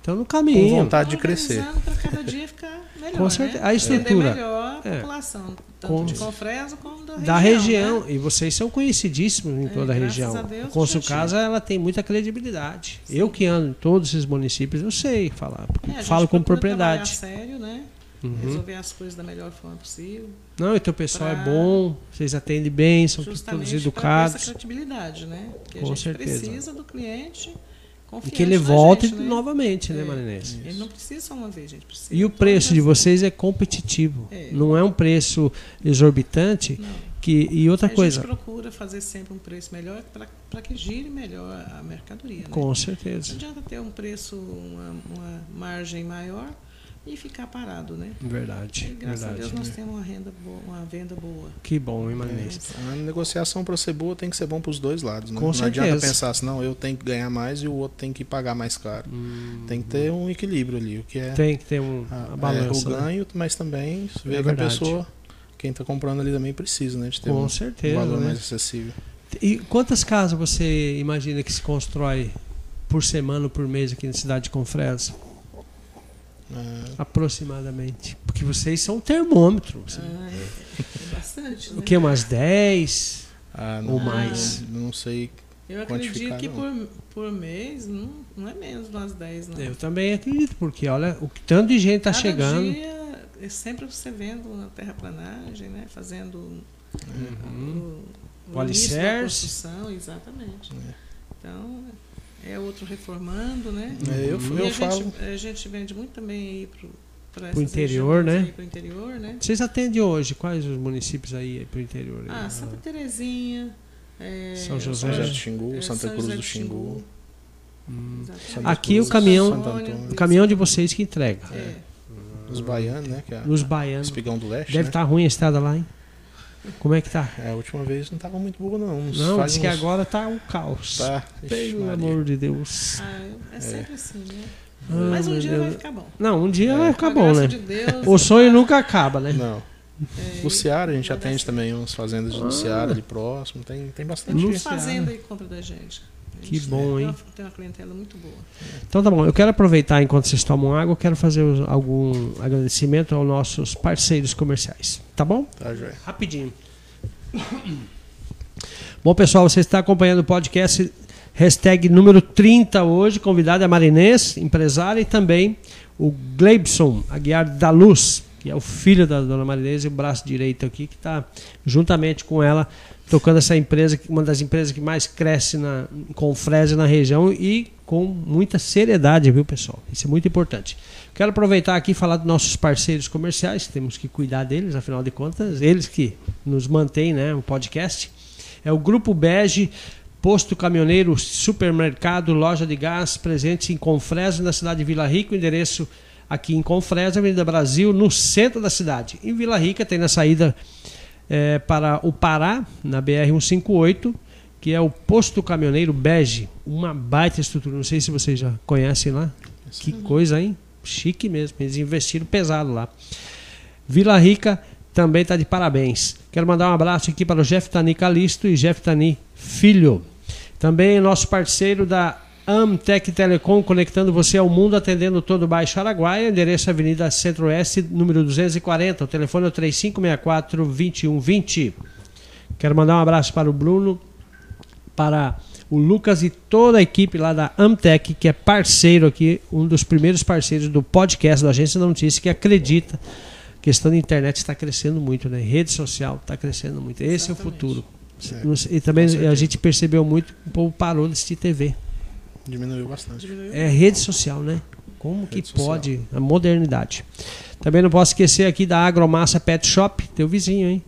Speaker 2: Então no
Speaker 3: com
Speaker 2: caminho.
Speaker 3: vontade de crescer.
Speaker 1: Para Tá cada dia ficar melhor.
Speaker 2: Com certeza.
Speaker 1: Né?
Speaker 2: A
Speaker 1: Entender
Speaker 2: estrutura
Speaker 1: melhor a
Speaker 2: É.
Speaker 1: população, tanto
Speaker 2: Com-
Speaker 1: de Confresa como da região.
Speaker 2: da região.
Speaker 1: né?
Speaker 2: E vocês são conhecidíssimos em
Speaker 1: É,
Speaker 2: toda a
Speaker 1: graças
Speaker 2: região.
Speaker 1: a Deus,
Speaker 2: a Consul
Speaker 1: já tinha.
Speaker 2: Casa ela tem muita credibilidade. Eu que ando em todos esses municípios, eu sei falar. porque
Speaker 1: É, a gente
Speaker 2: falo com
Speaker 1: procura trabalhar
Speaker 2: propriedade.
Speaker 1: sério, né?
Speaker 2: Uhum.
Speaker 1: Resolver as coisas da melhor forma possível.
Speaker 2: Não, e teu pessoal é
Speaker 1: pra-
Speaker 2: bom, vocês atendem bem, são todos
Speaker 1: justamente para essa
Speaker 2: educados.
Speaker 1: credibilidade, né? Que
Speaker 2: Com
Speaker 1: a gente
Speaker 2: certeza.
Speaker 1: precisa do cliente
Speaker 2: E
Speaker 1: confiante
Speaker 2: que ele
Speaker 1: na
Speaker 2: volte
Speaker 1: gente, né?
Speaker 2: novamente, né,
Speaker 1: É.
Speaker 2: Marinês?
Speaker 1: Ele não precisa só uma vez, gente. Precisa
Speaker 2: E o
Speaker 1: todas
Speaker 2: preço de
Speaker 1: as-
Speaker 2: vocês é competitivo.
Speaker 1: É.
Speaker 2: Não é um preço exorbitante.
Speaker 1: Não.
Speaker 2: Que, e outra
Speaker 1: a
Speaker 2: coisa,
Speaker 1: gente procura fazer sempre um preço melhor para que gire melhor a mercadoria. Né?
Speaker 2: com
Speaker 1: Não
Speaker 2: certeza.
Speaker 1: adianta ter um preço, uma, uma margem maior e ficar parado, né?
Speaker 2: Verdade,
Speaker 1: E, graças a Deus né? nós
Speaker 2: verdade.
Speaker 1: temos uma renda boa, uma venda boa.
Speaker 2: Que bom, hein, Marinês?
Speaker 1: Mas
Speaker 3: A negociação para ser boa tem que ser bom para os dois lados, né?
Speaker 2: Com
Speaker 3: Não adianta
Speaker 2: certeza.
Speaker 3: pensar assim, não, eu tenho que ganhar mais e o outro tem que pagar mais caro.
Speaker 2: Hum,
Speaker 3: Tem que ter um equilíbrio ali, o que é,
Speaker 2: tem que ter um,
Speaker 3: a-
Speaker 2: uma
Speaker 3: é o
Speaker 2: balança. né? É
Speaker 3: ganho, mas também ver que a
Speaker 2: verdade.
Speaker 3: pessoa, quem está comprando ali também precisa, né? De ter um,
Speaker 2: Com
Speaker 3: um
Speaker 2: certeza.
Speaker 3: valor
Speaker 2: né?
Speaker 3: mais acessível.
Speaker 2: E quantas casas você imagina que se constrói por semana ou por mês aqui na cidade de Confresa?
Speaker 3: Ah,
Speaker 2: Aproximadamente. Porque vocês são um termômetro. assim.
Speaker 1: ah, é, é bastante, né?
Speaker 2: O que? Umas 10?
Speaker 3: ah,
Speaker 2: Ou mais.
Speaker 3: Não, sei.
Speaker 1: Eu
Speaker 3: quantificar,
Speaker 1: acredito que por, por mês não, não é menos umas 10, não.
Speaker 2: Eu também acredito, porque olha, o tanto de gente está
Speaker 1: Cada
Speaker 2: tá chegando.
Speaker 1: Dia, é sempre você vendo uma terraplanagem, né? Fazendo
Speaker 2: Uhum.
Speaker 1: o,
Speaker 2: O
Speaker 1: o início da
Speaker 2: alicerce.
Speaker 1: construção, exatamente.
Speaker 3: É.
Speaker 1: Então, é outro reformando, né?
Speaker 3: É, eu
Speaker 2: Uhum.
Speaker 1: E
Speaker 3: eu
Speaker 1: a,
Speaker 3: falo.
Speaker 1: gente, a gente vende muito também aí pro, pra
Speaker 2: Pro
Speaker 1: essas
Speaker 2: interior,
Speaker 1: regiões
Speaker 2: né?
Speaker 1: aí, Pro interior, né?
Speaker 2: Vocês atendem hoje quais os municípios aí pro interior?
Speaker 1: Ah, Santa Terezinha. é,
Speaker 2: São
Speaker 3: São
Speaker 2: José.
Speaker 3: José do
Speaker 1: é,
Speaker 3: Xingu,
Speaker 1: São
Speaker 3: Santa Cruz
Speaker 1: José
Speaker 3: do Xingu.
Speaker 2: Hum.
Speaker 1: exatamente.
Speaker 2: Aqui o
Speaker 3: Cruz,
Speaker 2: caminhão-
Speaker 3: Santo Antônio,
Speaker 2: O caminhão de vocês que entrega.
Speaker 1: É,
Speaker 3: Os baianos, né? Que é
Speaker 2: Os
Speaker 3: o
Speaker 2: baianos.
Speaker 3: espigão do leste.
Speaker 2: Deve tá estar
Speaker 3: né?
Speaker 2: ruim a estrada lá, hein? Como é que tá?
Speaker 3: É, a última vez não tava muito boa, não. Uns-
Speaker 2: Não,
Speaker 3: faz
Speaker 2: diz que
Speaker 3: uns-
Speaker 2: agora tá um caos.
Speaker 3: Tá. Ixi,
Speaker 2: Pelo
Speaker 3: Maria.
Speaker 2: amor de Deus.
Speaker 1: ah, eu- é sempre assim, né?
Speaker 2: Ah,
Speaker 1: Mas um
Speaker 2: meu
Speaker 1: dia
Speaker 2: Deus.
Speaker 1: vai ficar bom.
Speaker 2: Não, um dia
Speaker 3: É.
Speaker 2: vai ficar
Speaker 1: Com a
Speaker 2: bom,
Speaker 1: graça
Speaker 2: né?
Speaker 1: de Deus,
Speaker 2: O sonho nunca acaba, né?
Speaker 3: Não.
Speaker 1: é,
Speaker 3: No Ceará a gente
Speaker 1: vai dar
Speaker 3: atende também umas fazendas
Speaker 2: Ah.
Speaker 3: do Ceará ali próximo. Tem, tem
Speaker 1: Tem
Speaker 3: bastante.
Speaker 1: muito
Speaker 2: Luciana.
Speaker 1: fazenda e compra da gente. A
Speaker 2: Que
Speaker 1: gente
Speaker 2: bom,
Speaker 1: tem
Speaker 2: hein?
Speaker 1: Uma, tem uma clientela muito boa.
Speaker 2: Então tá bom, eu quero aproveitar enquanto vocês tomam água, eu quero fazer os- algum agradecimento aos nossos parceiros comerciais. Tá bom?
Speaker 3: Tá, joia.
Speaker 2: Rapidinho. Bom, pessoal, você está acompanhando o podcast hashtag número 30 hoje. Convidado é a Marinês, empresária, e também o Gleibson Aguiar da Luz, que é o filho da dona Marinês e o braço direito aqui, que está juntamente com ela tocando essa empresa, que- uma das empresas que mais cresce na, com fresa na região e com muita seriedade, viu, pessoal? Isso é muito importante. Quero aproveitar aqui e falar dos nossos parceiros comerciais, temos que cuidar deles, afinal de contas, eles que nos mantêm, né, o podcast. É o Grupo Bege, posto caminhoneiro, supermercado, loja de gás, presente em Confresa, na cidade de Vila Rica, o endereço aqui em Confresa, Avenida Brasil, no centro da cidade. Em Vila Rica tem na saída é, para o Pará, na BR-158, que é o posto caminhoneiro Bege, uma baita estrutura, não sei se vocês já conhecem lá. Que coisa, hein? Chique mesmo, eles investiram pesado lá. Vila Rica também está de parabéns. Quero mandar um abraço aqui para o Jeff Tani Calisto e Jeff Tani Filho. Também nosso parceiro da Amtec Telecom, conectando você ao mundo, atendendo todo o Baixo Araguaia, endereço é Avenida Centro-Oeste, número 240. O telefone é 3564-2120. Quero mandar um abraço para o Bruno, para o Lucas e toda a equipe lá da Amtec, que é parceiro aqui, um dos primeiros parceiros do podcast da Agência da Notícia, que acredita questão da internet está crescendo muito, né? Rede social está crescendo muito. Esse é o
Speaker 1: Exatamente.
Speaker 2: futuro.
Speaker 3: É,
Speaker 2: E também
Speaker 3: com certeza.
Speaker 2: a gente percebeu muito que o povo parou de assistir TV.
Speaker 3: Diminuiu bastante.
Speaker 1: Diminuiu.
Speaker 2: É rede social, né? Como que
Speaker 3: Rede social.
Speaker 2: pode? A modernidade. Também não posso esquecer aqui da Agromassa Pet Shop, teu vizinho, hein?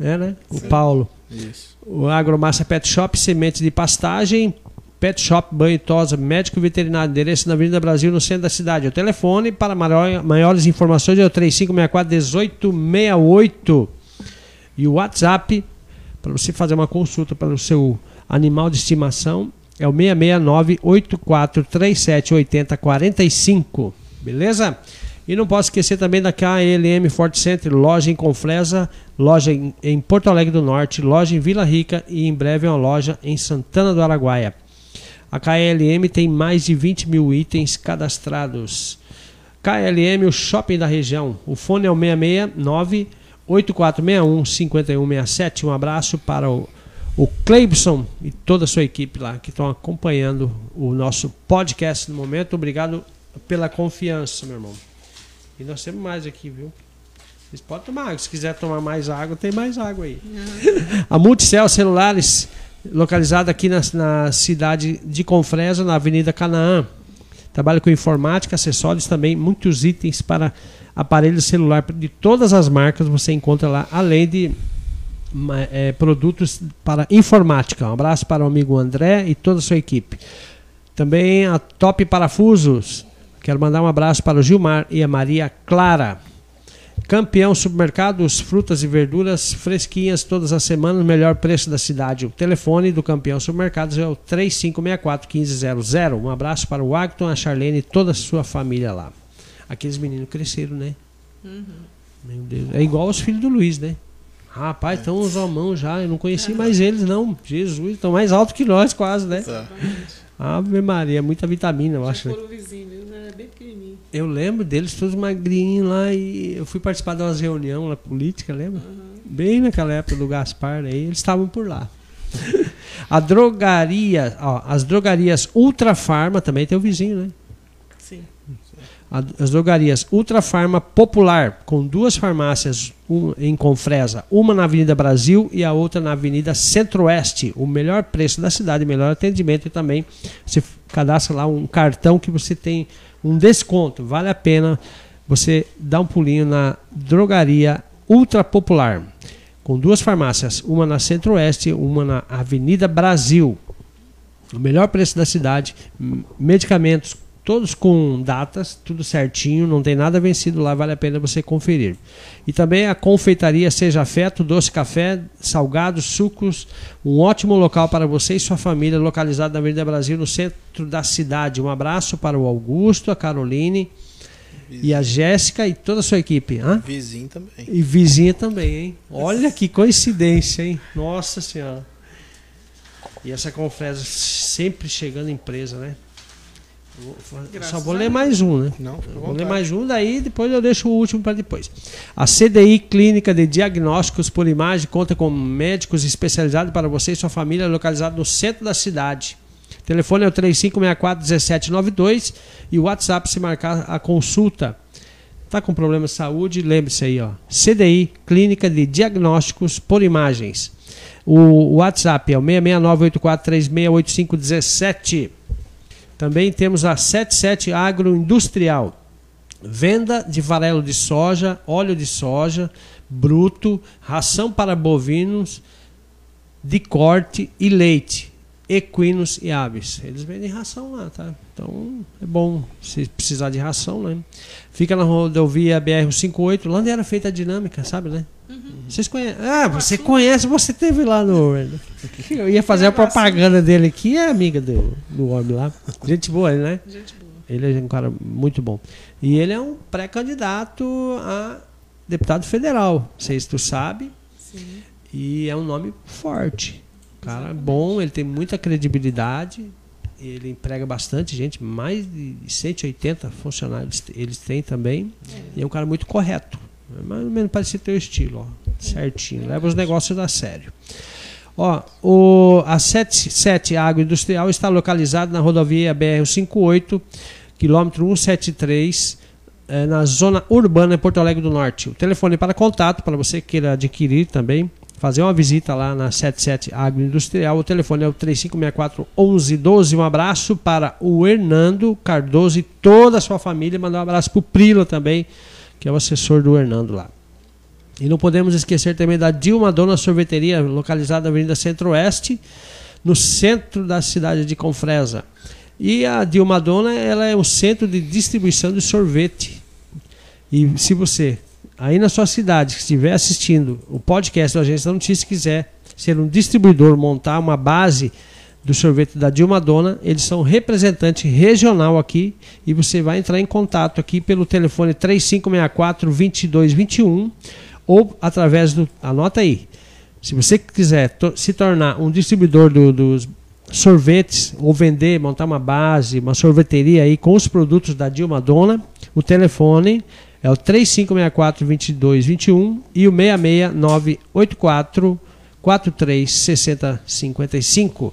Speaker 2: É, né? O
Speaker 3: Sim.
Speaker 2: Paulo.
Speaker 3: Isso.
Speaker 2: O Agromassa Pet Shop, sementes de pastagem, Pet Shop Banho e Tosa, médico veterinário, endereço na Avenida Brasil, no centro da cidade. O telefone para maior- maiores informações é o 3564-1868. E o WhatsApp, para você fazer uma consulta para o seu animal de estimação, é o 669-8437-8045. Beleza? E não posso esquecer também da KLM Fort Center, loja em Confresa, loja em, em Porto Alegre do Norte, loja em Vila Rica e em breve uma loja em Santana do Araguaia. A KLM tem mais de 20 mil itens cadastrados. KLM, o shopping da região. O fone é o 669 8461 5167. Um abraço para o, o Cleibson e toda a sua equipe lá que estão acompanhando o nosso podcast no momento. Obrigado pela confiança, meu irmão. E nós temos mais aqui, viu? Vocês podem tomar água. Se quiser tomar mais água, tem mais água aí. A Multicel Celulares, localizada aqui na, na cidade de Confresa, na Avenida Canaã. Trabalha com informática, acessórios também, muitos itens para aparelho celular de todas as marcas você encontra lá, além de ma- eh, produtos para informática. Um abraço para o amigo André e toda a sua equipe. Também a Top Parafusos. Quero mandar um abraço para o Gilmar e a Maria Clara. Campeão Supermercados, frutas e verduras fresquinhas todas as semanas, melhor preço da cidade. O telefone do Campeão Supermercados é o 3564-1500. Um abraço para o Agton, a Charlene e toda a sua família lá. Aqueles meninos cresceram, né? Meu Deus. É igual os filhos do Luiz, né? Rapaz, estão os homão já. Eu não conheci mais eles, não. Jesus, estão mais altos que nós, quase, né?
Speaker 3: Tá.
Speaker 2: Ave Maria, muita vitamina, eu acho.
Speaker 1: Já
Speaker 2: né?
Speaker 1: foram vizinhos, eles eram bem pequenininhos.
Speaker 2: Eu lembro deles todos magrinhos lá e eu fui participar de umas reuniões lá política, lembra? Bem naquela época do Gaspar, aí eles estavam por lá. A drogaria, ó, as drogarias Ultra Farma também tem o vizinho, né?
Speaker 1: Sim.
Speaker 2: A- As drogarias Ultra Farma Popular, com duas farmácias um em Confresa, uma na Avenida Brasil e a outra na Avenida Centro-Oeste. O melhor preço da cidade, melhor atendimento e também você f- cadastra lá um cartão que você tem um desconto. Vale a pena você dar um pulinho na drogaria Ultra Popular, com duas farmácias, uma na Centro-Oeste, uma na Avenida Brasil. O melhor preço da cidade, m- medicamentos todos com datas, tudo certinho, não tem nada vencido lá, vale a pena você conferir. E também a confeitaria Seja Afeto, doce café, salgados, sucos, um ótimo local para você e sua família, localizado na Avenida Brasil, no centro da cidade. Um abraço para o Augusto, a Caroline e a Jéssica e toda a sua equipe. Hã?
Speaker 3: Vizinho também.
Speaker 2: E vizinha também, hein? Olha que coincidência, hein? Nossa Senhora. E essa confresa sempre chegando em presa, né? Vou fa-
Speaker 1: Graças
Speaker 2: Só vou
Speaker 1: a
Speaker 2: ler
Speaker 1: Deus.
Speaker 2: mais um, né?
Speaker 3: Não, fica à
Speaker 2: Vou ler
Speaker 3: vontade.
Speaker 2: mais um, daí depois eu deixo o último para depois. A CDI Clínica de Diagnósticos por Imagem conta com médicos especializados para você e sua família, localizado no centro da cidade. O telefone é o 3564-1792 e o WhatsApp se marcar a consulta. Tá com problema de saúde? Lembre-se aí, ó. CDI, Clínica de Diagnósticos por Imagens. O WhatsApp é o 669-8436-8517. Também temos a 77 Agroindustrial. Venda de farelo de soja, óleo de soja, bruto, ração para bovinos, de corte e leite, equinos e aves. Eles vendem ração lá, tá? Então é bom se precisar de ração, né? Fica na rodovia BR-58, lá onde era feita a dinâmica, sabe, né? Vocês conhecem? Ah, você conhece, você teve lá no. Eu ia fazer a propaganda dele aqui, é amiga do, do homem lá. Gente boa, né?
Speaker 1: Gente boa.
Speaker 2: Ele é um cara muito bom. E ele é um pré-candidato a deputado federal, não sei se tu sabe,
Speaker 1: Sim.
Speaker 2: e é um nome forte. O cara é bom, ele tem muita credibilidade, ele emprega bastante gente, mais de 180 funcionários eles têm também, e é um cara muito correto. É mais ou menos parecido com o teu estilo, ó. certinho. Leva os negócios a sério. Ó, o, a 77 Agroindustrial está localizada na rodovia BR-58, quilômetro 173, eh, na zona urbana de Porto Alegre do Norte. O telefone para contato, para você queira adquirir também, fazer uma visita lá na 77 Agroindustrial. O telefone é o 3564-1112. Um abraço para o Hernando Cardoso e toda a sua família. Mandar um abraço para o Prila também, que é o assessor do Hernando lá. E não podemos esquecer também da Dilma Dona Sorveteria, localizada na Avenida Centro-Oeste, no centro da cidade de Confresa. E a Dilma Dona ela é o centro de distribuição de sorvete. E se você, aí na sua cidade, que estiver assistindo o podcast da Agência da Notícia, quiser ser um distribuidor, montar uma base do sorvete da Dilma Dona, eles são representante regional aqui e você vai entrar em contato aqui pelo telefone 3564-2221 ou através do. Anota aí. Se você quiser to- se tornar um distribuidor do- dos sorvetes ou vender, montar uma base, uma sorveteria aí com os produtos da Dilma Dona, o telefone é o 3564-2221 e o 66984 436055.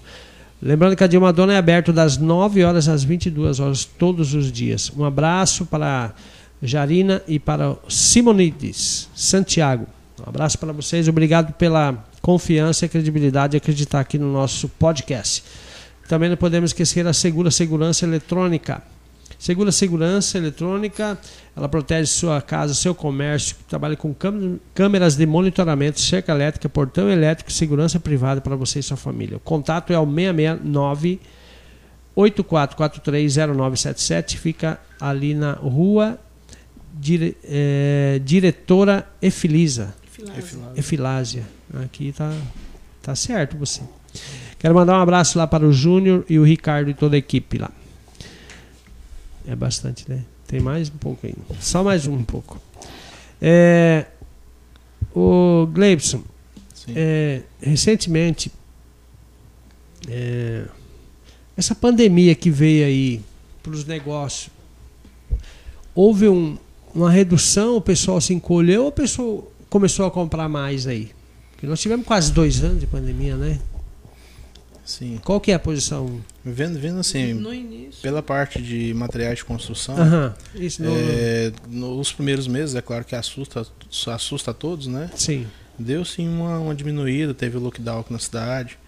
Speaker 2: Lembrando que a Dilma Dona é aberto das 9 horas às 22 horas todos os dias. Um abraço para Jarina e para Simonides Santiago. Um abraço para vocês, obrigado pela confiança e credibilidade de acreditar aqui no nosso podcast. Também não podemos esquecer a Segura Segurança Eletrônica. Segura Segurança Eletrônica, ela protege sua casa, seu comércio, trabalha com câ- câmeras de monitoramento, cerca elétrica, portão elétrico, segurança privada para você e sua família. O contato é o 669 84430977, fica ali na rua Dire- eh, Diretora Efilisa.
Speaker 1: Filásio.
Speaker 2: Efilásia. Aqui tá, tá certo você. Quero mandar um abraço lá para o Júnior e o Ricardo e toda a equipe lá. É bastante, né? Tem mais um pouco ainda. Só mais um pouco. É, o Gleibson,
Speaker 3: Sim.
Speaker 2: é, recentemente, é, essa pandemia que veio aí para os negócios, houve um- uma redução, o pessoal se encolheu ou o pessoal começou a comprar mais aí? Porque nós tivemos quase dois anos de pandemia, né?
Speaker 3: Sim.
Speaker 2: Qual que é a posição?
Speaker 3: Vendo, vendo assim,
Speaker 1: No início.
Speaker 3: pela parte de materiais de construção,
Speaker 2: Aham, isso não.
Speaker 3: é, nos primeiros meses, é claro que assusta, assusta a todos, né?
Speaker 2: Sim.
Speaker 3: Deu sim uma, uma diminuída, teve o lockdown aqui na cidade.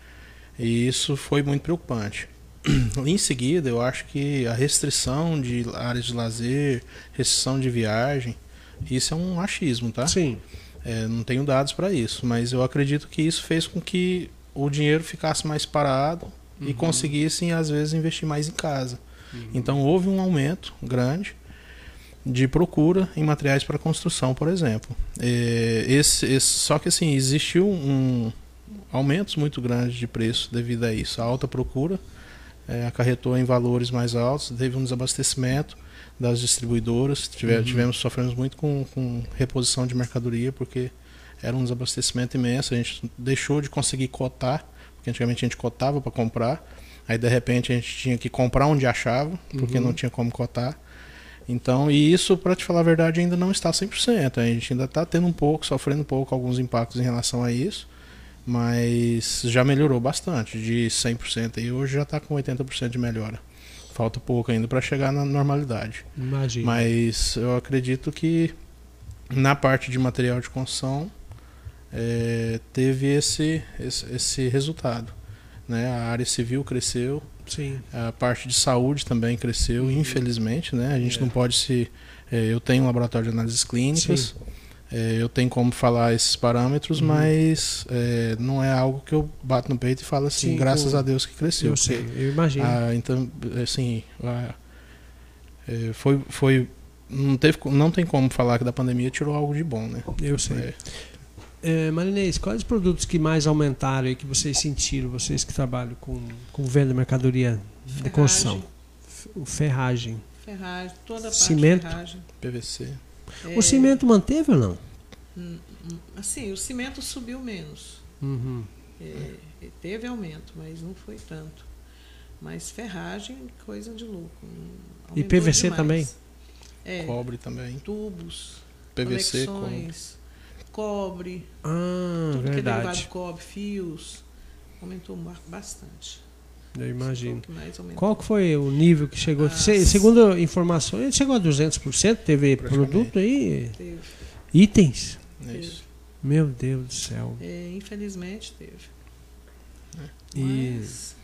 Speaker 3: E isso foi muito preocupante. em seguida, eu acho que a restrição de áreas de lazer, restrição de viagem, isso é um achismo, tá?
Speaker 2: Sim.
Speaker 3: É, não tenho dados para isso, mas eu acredito que isso fez com que o dinheiro ficasse mais parado e conseguissem, às vezes, investir mais em casa. Então, houve um aumento grande de procura em materiais para construção, por exemplo. É, esse, esse- só que, assim, existiu um aumentos muito grandes de preço devido a isso. A alta procura é, acarretou em valores mais altos, teve um desabastecimento das distribuidoras. Tive- Tivemos, sofremos muito com, com reposição de mercadoria, porque era um desabastecimento imenso. A gente deixou de conseguir cotar, porque antigamente a gente cotava para comprar. Aí de repente a gente tinha que comprar onde achava, porque não tinha como cotar. Então, e isso, para te falar a verdade, ainda não está 100%. A gente ainda está tendo um pouco, sofrendo um pouco alguns impactos em relação a isso, mas já melhorou bastante, de 100%. E hoje já está com 80% de melhora. Falta pouco ainda para chegar na normalidade.
Speaker 2: Imagina.
Speaker 3: Mas eu acredito que na parte de material de construção eh, teve esse, esse, esse resultado. Né? A área civil cresceu,
Speaker 2: Sim.
Speaker 3: a parte de saúde também cresceu, infelizmente. Né? A gente
Speaker 2: Uhum. É.
Speaker 3: não pode se. eh, eu tenho um laboratório de análises clínicas. É, eu tenho como falar esses parâmetros,
Speaker 2: Uhum.
Speaker 3: mas é, não é algo que eu bato no peito e falo assim,
Speaker 2: Sim,
Speaker 3: graças
Speaker 2: eu-
Speaker 3: a Deus que cresceu.
Speaker 2: Eu sei, eu imagino.
Speaker 3: Ah, então, assim, ah, é, foi, foi, não teve, co- não tem como falar que da pandemia tirou algo de bom, né?
Speaker 2: eu sei.
Speaker 3: É,
Speaker 2: É, Marinês, quais os produtos que mais aumentaram e que vocês sentiram, vocês que trabalham com, com venda de mercadoria de
Speaker 1: Ferragem.
Speaker 2: construção? F- O ferragem.
Speaker 1: Ferragem, toda a parte
Speaker 2: Cimento.
Speaker 1: de ferragem.
Speaker 3: PVC.
Speaker 1: É, hum,
Speaker 2: O cimento manteve ou não?
Speaker 1: Assim, o cimento subiu menos.
Speaker 3: Uhum.
Speaker 1: É, e teve aumento, mas não foi tanto. Mas ferragem, coisa de louco. hum,
Speaker 2: E
Speaker 1: aumentou
Speaker 2: PVC
Speaker 1: demais.
Speaker 2: também?
Speaker 1: É,
Speaker 3: Cobre também.
Speaker 1: tubos,
Speaker 3: PVC, cobre.
Speaker 1: conexões, cobre,
Speaker 2: Ah,
Speaker 1: tudo que é derivado de
Speaker 2: verdade.
Speaker 1: cobre, fios. Aumentou ba- bastante.
Speaker 2: Eu
Speaker 1: Foi o
Speaker 2: imagino.
Speaker 1: que mais aumentou.
Speaker 2: Qual que foi o nível que chegou?
Speaker 1: Ah,
Speaker 2: Se- segundo informações, ele chegou a 200%, teve
Speaker 3: Praticamente.
Speaker 2: produto aí,
Speaker 1: Teve,
Speaker 2: itens.
Speaker 3: É isso.
Speaker 2: Meu Deus do céu.
Speaker 1: é, infelizmente teve.
Speaker 2: E-
Speaker 1: Mas,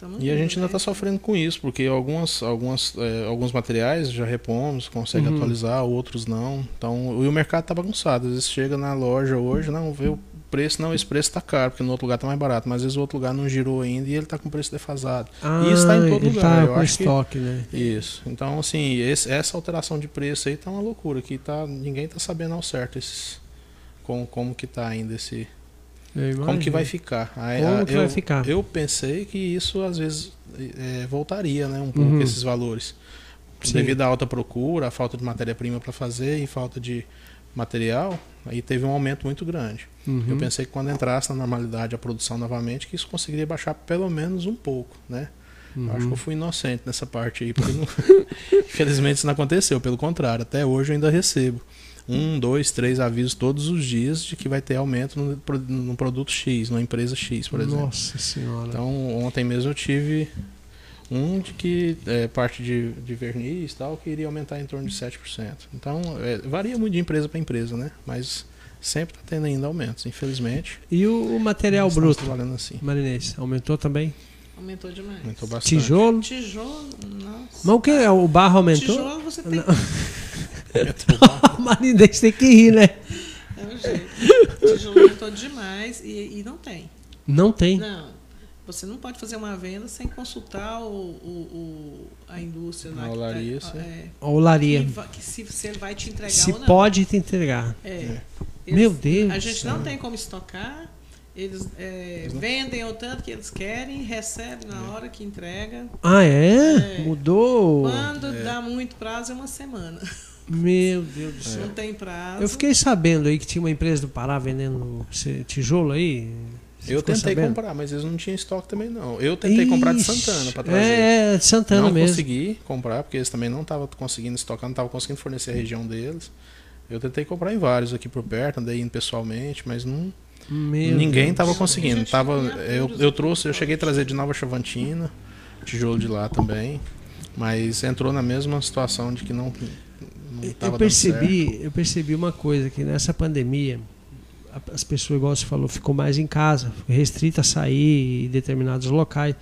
Speaker 1: tamo
Speaker 3: E a
Speaker 1: indo,
Speaker 3: gente ainda
Speaker 1: né?
Speaker 2: tá
Speaker 3: está sofrendo com isso, porque algumas, algumas, é, alguns materiais já repomos, consegue
Speaker 2: Uhum.
Speaker 3: atualizar, outros não. Então, e o mercado tá bagunçado. Às vezes chega na loja hoje, não, vê o preço, não, esse preço tá caro, porque no outro lugar tá mais barato, mas às vezes o outro lugar não girou ainda e ele tá com preço defasado.
Speaker 2: Ah,
Speaker 3: Isso tá em todo
Speaker 2: ele
Speaker 3: lugar,
Speaker 2: tá
Speaker 3: eu
Speaker 2: com
Speaker 3: acho que-
Speaker 2: estoque, né?
Speaker 3: Isso. Então, assim, esse- essa alteração de preço aí tá uma loucura, que tá, ninguém tá sabendo ao certo esses, como, como que tá ainda esse.
Speaker 2: Eu
Speaker 3: Como que
Speaker 2: imagino.
Speaker 3: vai ficar? Aí,
Speaker 2: Como
Speaker 3: a-
Speaker 2: que vai
Speaker 3: eu-
Speaker 2: ficar?
Speaker 3: Eu pensei que isso às vezes eh, voltaria, né, um pouco
Speaker 2: Uhum.
Speaker 3: esses valores.
Speaker 2: Sim.
Speaker 3: Devido à alta procura, à falta de matéria-prima para fazer e falta de material, aí teve um aumento muito grande.
Speaker 2: Uhum.
Speaker 3: Eu pensei que quando entrasse na normalidade a produção novamente, que isso conseguiria baixar pelo menos um pouco, né? Eu
Speaker 2: Uhum.
Speaker 3: acho que eu fui inocente nessa parte aí, porque não... infelizmente isso não aconteceu, pelo contrário, até hoje eu ainda recebo um, dois, três avisos todos os dias de que vai ter aumento no, pro- no produto X, na empresa X, por exemplo.
Speaker 2: Nossa senhora.
Speaker 3: Então, ontem mesmo eu tive um de que é, parte de, de verniz e tal, que iria aumentar em torno de 7%. Então, é, varia muito de empresa para empresa, né? Mas sempre está tendo ainda aumentos, infelizmente.
Speaker 2: E o, o material
Speaker 3: Nós estamos
Speaker 2: bruto,
Speaker 3: trabalhando assim.
Speaker 2: Marinês, aumentou também?
Speaker 1: Aumentou demais.
Speaker 3: Aumentou bastante.
Speaker 2: Tijolo?
Speaker 1: Tijolo, nossa.
Speaker 2: Mas o que? O barro aumentou?
Speaker 1: Tijolo você tem.
Speaker 2: O Marinês tem que rir, né?
Speaker 1: É o jeito. Tijolo aumentou demais e, e não tem.
Speaker 2: Não tem.
Speaker 1: Não. Você não pode fazer uma venda sem consultar o, o- o- a indústria lá
Speaker 3: A
Speaker 1: que tá-
Speaker 3: olaria, sim.
Speaker 1: é,
Speaker 2: A olaria.
Speaker 1: que, va- que se, se ele vai te entregar
Speaker 2: Se
Speaker 1: ou não.
Speaker 2: pode te entregar.
Speaker 1: É.
Speaker 3: É.
Speaker 1: Eles-
Speaker 2: Meu Deus.
Speaker 1: A gente não
Speaker 2: do céu.
Speaker 1: tem como estocar. Eles é,
Speaker 3: Eles não- É.
Speaker 1: vendem o tanto que eles querem, recebem na hora que entrega.
Speaker 2: Ah, é?
Speaker 1: É.
Speaker 2: Mudou?
Speaker 1: Quando
Speaker 3: é.
Speaker 1: dá muito prazo, é uma semana.
Speaker 2: Meu Deus
Speaker 3: É.
Speaker 2: do céu.
Speaker 1: Não tem prazo.
Speaker 2: Eu fiquei sabendo aí que tinha uma empresa do Pará vendendo esse tijolo aí. Você
Speaker 3: Eu
Speaker 2: ficou
Speaker 3: tentei
Speaker 2: sabendo?
Speaker 3: comprar, mas eles não tinham estoque também, não. Eu tentei comprar de
Speaker 2: Ixi,
Speaker 3: Santana para trazer.
Speaker 2: É, é, de Santana
Speaker 3: não
Speaker 2: mesmo.
Speaker 3: consegui comprar, porque eles também não estavam conseguindo estocar, não estavam conseguindo fornecer a região deles. Eu tentei comprar em vários aqui por perto, andei indo pessoalmente, mas não,
Speaker 2: Meu
Speaker 3: Ninguém
Speaker 2: Deus.
Speaker 3: estava
Speaker 1: Deus.
Speaker 3: conseguindo.
Speaker 1: Gente,
Speaker 3: Tava,
Speaker 1: tinha
Speaker 3: eu,
Speaker 1: todos
Speaker 3: eu
Speaker 1: os
Speaker 3: trouxe, eu cheguei a trazer de Nova Chavantina, tijolo de lá também, mas entrou na mesma situação de que não, não tava
Speaker 2: Eu
Speaker 3: dando
Speaker 2: percebi, eu percebi uma coisa, que nessa pandemia a- as pessoas, igual você falou, ficou mais em casa, restrita a sair em determinados locais.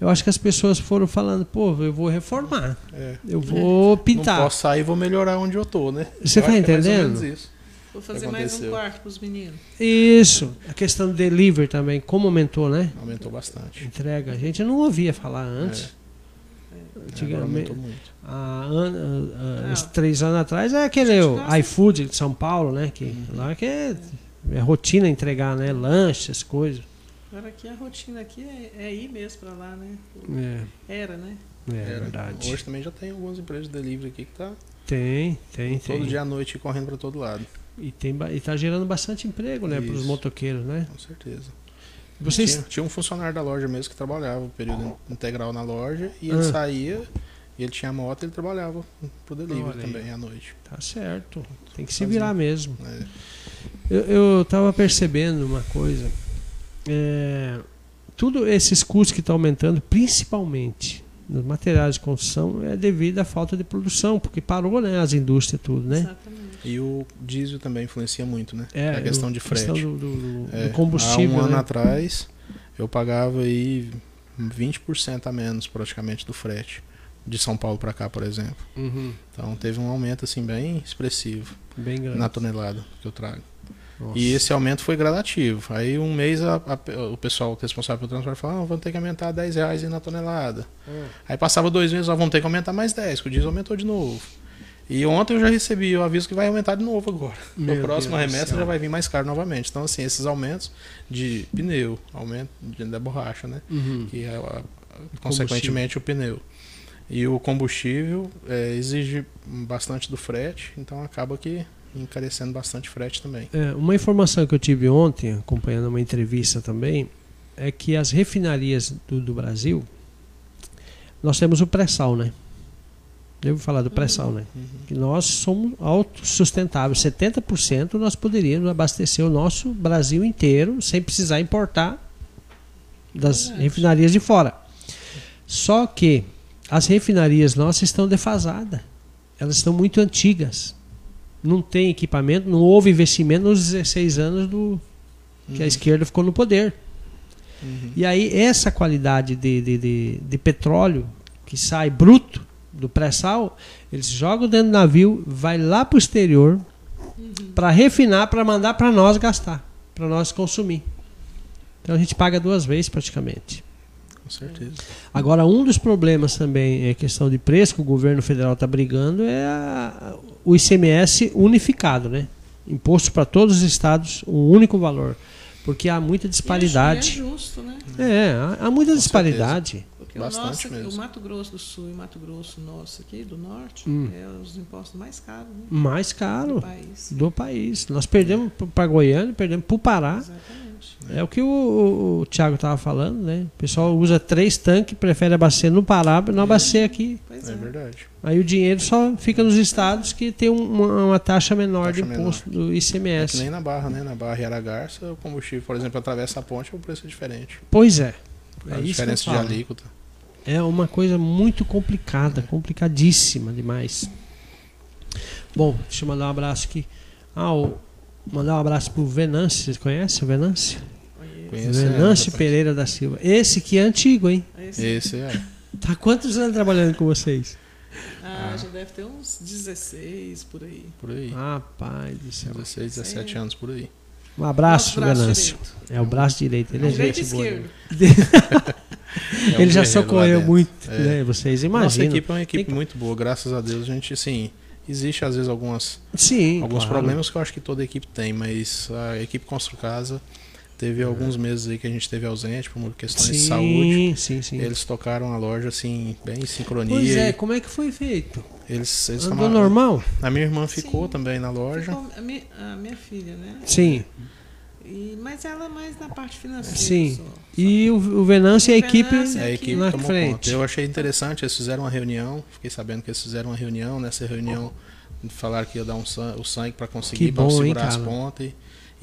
Speaker 2: Eu acho que as pessoas foram falando, pô, eu vou reformar,
Speaker 3: certo. É.
Speaker 2: eu vou
Speaker 3: Não
Speaker 2: pintar.
Speaker 3: posso sair, vou melhorar onde eu tô, né?
Speaker 2: Você
Speaker 3: Eu
Speaker 2: tá
Speaker 3: acho que é mais ou
Speaker 2: entendendo?
Speaker 3: menos isso.
Speaker 1: Vou fazer mais um
Speaker 3: Aconteceu.
Speaker 1: quarto pros meninos.
Speaker 2: Isso, a questão do delivery também, como aumentou, né?
Speaker 3: Aumentou bastante. É.
Speaker 2: Entrega, a gente não ouvia falar antes.
Speaker 3: Agora
Speaker 2: Antigamente,
Speaker 3: aumentou muito.
Speaker 2: há an- há- há
Speaker 1: Ah.
Speaker 2: uns três anos atrás, é aquele
Speaker 1: Gente, nossa.
Speaker 2: iFood de São Paulo, né? Que, Lá que é, é rotina entregar, né? Lanche, essas coisas.
Speaker 1: Agora aqui a rotina aqui é, é ir mesmo pra lá, né?
Speaker 2: É.
Speaker 1: Era, né?
Speaker 2: É
Speaker 3: Era.
Speaker 2: verdade.
Speaker 3: Hoje também já tem algumas empresas de delivery aqui que tá
Speaker 2: Tem, tem, tem.
Speaker 3: todo dia à noite correndo para todo lado,
Speaker 2: E, tem ba- e tá gerando bastante emprego, né, pros
Speaker 3: Isso.
Speaker 2: motoqueiros, né?
Speaker 3: com certeza.
Speaker 2: Vocês.
Speaker 3: Tinha, tinha um funcionário da loja mesmo que trabalhava o período integral na loja e ele
Speaker 2: Ah.
Speaker 3: saía, e ele tinha moto e ele trabalhava pro delivery
Speaker 2: Olha aí.
Speaker 3: também à noite.
Speaker 2: Tá certo. Tem que se
Speaker 3: Fazendo.
Speaker 2: virar mesmo.
Speaker 3: né?
Speaker 2: Eu, eu tava percebendo uma coisa. É, tudo esses custos que estão aumentando, principalmente nos materiais de construção, é devido à falta de produção, porque parou, né, as indústrias tudo, né?
Speaker 1: Exatamente.
Speaker 3: E o diesel também influencia muito, né?
Speaker 2: É,
Speaker 3: a questão
Speaker 2: eu-
Speaker 3: de frete.
Speaker 2: questão do, do- do-
Speaker 3: É,
Speaker 2: do combustível,
Speaker 3: Há um ano
Speaker 2: né?
Speaker 3: atrás, eu pagava aí 20% a menos praticamente do frete de São Paulo para cá, por exemplo.
Speaker 2: Uhum.
Speaker 3: Então teve um aumento assim bem expressivo.
Speaker 2: Bem grande.
Speaker 3: na tonelada que eu trago.
Speaker 2: Nossa.
Speaker 3: E esse aumento foi gradativo. Aí um mês a- a- o pessoal responsável pelo transporte falava, ah, vamos ter que aumentar 10 reais aí na tonelada.
Speaker 2: Hum.
Speaker 3: Aí passava dois meses, ó, vamos ter que aumentar mais 10, que o diesel aumentou de novo. E ontem eu já recebi o aviso que vai aumentar de novo agora.
Speaker 2: Meu
Speaker 3: no próximo
Speaker 2: Deus do
Speaker 3: remessa
Speaker 2: céu.
Speaker 3: já vai vir mais caro novamente. Então, assim, esses aumentos de pneu, aumento de- da borracha, né?
Speaker 2: Uhum.
Speaker 3: que é, a- consequentemente o pneu. E o combustível é, exige bastante do frete, então acaba que encarecendo bastante frete também.
Speaker 2: É, uma informação que eu tive ontem, acompanhando uma entrevista também, é que as refinarias do, do Brasil, nós temos o pré-sal, né? Devo falar do pré-sal, né? Que nós somos autossustentáveis. 70% nós poderíamos abastecer o nosso Brasil inteiro sem precisar importar das
Speaker 1: Verdade.
Speaker 2: refinarias de fora. Só que as refinarias nossas estão defasadas. Elas estão muito antigas. Não tem equipamento, não houve investimento nos 16 anos do que a esquerda ficou no poder.
Speaker 3: Uhum.
Speaker 2: E aí essa qualidade de, de, de, de petróleo que sai bruto do pré-sal, eles jogam dentro do navio, vai lá para o exterior para refinar, para mandar para nós gastar, para nós consumir. Então a gente paga duas vezes praticamente.
Speaker 3: Com certeza.
Speaker 2: Agora, um dos problemas também é questão de preço que o governo federal está brigando é a- o ICMS unificado, né? Imposto para todos os estados, um único valor. Porque há muita
Speaker 1: E
Speaker 2: disparidade.
Speaker 1: é justo, né?
Speaker 2: É, há- há muita
Speaker 3: Com
Speaker 2: disparidade.
Speaker 1: Porque
Speaker 3: Bastante
Speaker 1: o nosso, aqui,
Speaker 3: mesmo.
Speaker 1: o Mato Grosso do Sul e o Mato Grosso nosso aqui, do norte,
Speaker 2: Hum.
Speaker 1: é os impostos mais caros né,
Speaker 2: Mais
Speaker 1: do
Speaker 2: caro
Speaker 1: país.
Speaker 2: do país. Nós perdemos
Speaker 3: É.
Speaker 2: para Goiânia, perdemos para o Pará.
Speaker 1: Exatamente.
Speaker 2: É o que o, o, o Thiago estava falando, né? O pessoal usa três tanques, prefere abastecer no Pará, não abastecer aqui.
Speaker 1: Pois
Speaker 3: É
Speaker 1: é.
Speaker 3: verdade.
Speaker 2: Aí o dinheiro só fica nos estados que tem um- uma, uma taxa menor
Speaker 3: Taxa
Speaker 2: de imposto do
Speaker 3: É que
Speaker 2: ICMS.
Speaker 3: nem na Barra, né? Na Barra e Aragarça, o combustível, por exemplo, atravessa a ponte, o preço é diferente.
Speaker 2: Pois é. É,
Speaker 3: a
Speaker 2: isso que eu
Speaker 3: diferença de
Speaker 2: falo.
Speaker 3: alíquota.
Speaker 2: é uma coisa muito complicada, complicadíssima demais. Bom, deixa eu mandar um abraço aqui. Ah, o- mandar um abraço pro Venâncio, vocês conhecem o Venâncio?
Speaker 3: Conhece, né,
Speaker 2: Venâncio
Speaker 3: rapaz?
Speaker 2: Pereira da Silva. Esse que é antigo, hein?
Speaker 1: Esse-
Speaker 3: Esse é.
Speaker 2: Tá há quantos anos trabalhando com vocês?
Speaker 1: ah, já deve ter uns 16 por aí.
Speaker 3: Por aí.
Speaker 2: Ah, Rapaz do céu.
Speaker 3: 16, 17 anos por aí.
Speaker 2: Um abraço,
Speaker 1: Nosso braço
Speaker 2: Venâncio.
Speaker 1: direito.
Speaker 2: É o braço direito. Ele é
Speaker 1: Direito e
Speaker 2: gente boa, né?
Speaker 1: esquerdo.
Speaker 3: É um
Speaker 2: Ele já
Speaker 3: guerreiro lá
Speaker 2: socorreu
Speaker 3: dentro.
Speaker 2: muito,
Speaker 3: É.
Speaker 2: né? Vocês
Speaker 3: Nossa
Speaker 2: imaginam.
Speaker 3: equipe é uma equipe
Speaker 2: Tem-
Speaker 3: muito boa, graças a Deus. A gente, assim, existe às vezes algumas
Speaker 2: Sim.
Speaker 3: alguns
Speaker 2: claro.
Speaker 3: problemas que eu acho que toda equipe tem, mas a equipe Constru Casa teve alguns meses aí que a gente teve ausente por questões de
Speaker 2: Sim,
Speaker 3: saúde.
Speaker 2: sim, sim.
Speaker 3: Eles tocaram a loja assim, bem em sincronia.
Speaker 2: Pois é,
Speaker 3: e
Speaker 2: como é que foi feito?
Speaker 3: eles, eles
Speaker 2: Andou
Speaker 3: tomaram-
Speaker 2: normal?
Speaker 3: A minha irmã ficou
Speaker 1: Sim.
Speaker 3: também na loja.
Speaker 1: Ficou a, mi- a minha filha, né?
Speaker 2: Sim.
Speaker 1: E, mas ela mais na parte financeira.
Speaker 2: Sim.
Speaker 1: só.
Speaker 2: E o, o Venâncio e a equipe.
Speaker 1: Venâncio.
Speaker 3: É, a equipe
Speaker 2: Na
Speaker 3: tomou
Speaker 2: frente.
Speaker 3: conta. Eu achei interessante, eles fizeram uma reunião, fiquei sabendo que eles fizeram uma reunião, nessa reunião falaram que ia dar um san- o sangue para conseguir,
Speaker 2: Que
Speaker 3: para
Speaker 2: bom, hein,
Speaker 3: segurar as
Speaker 2: cara?
Speaker 3: pontas. E,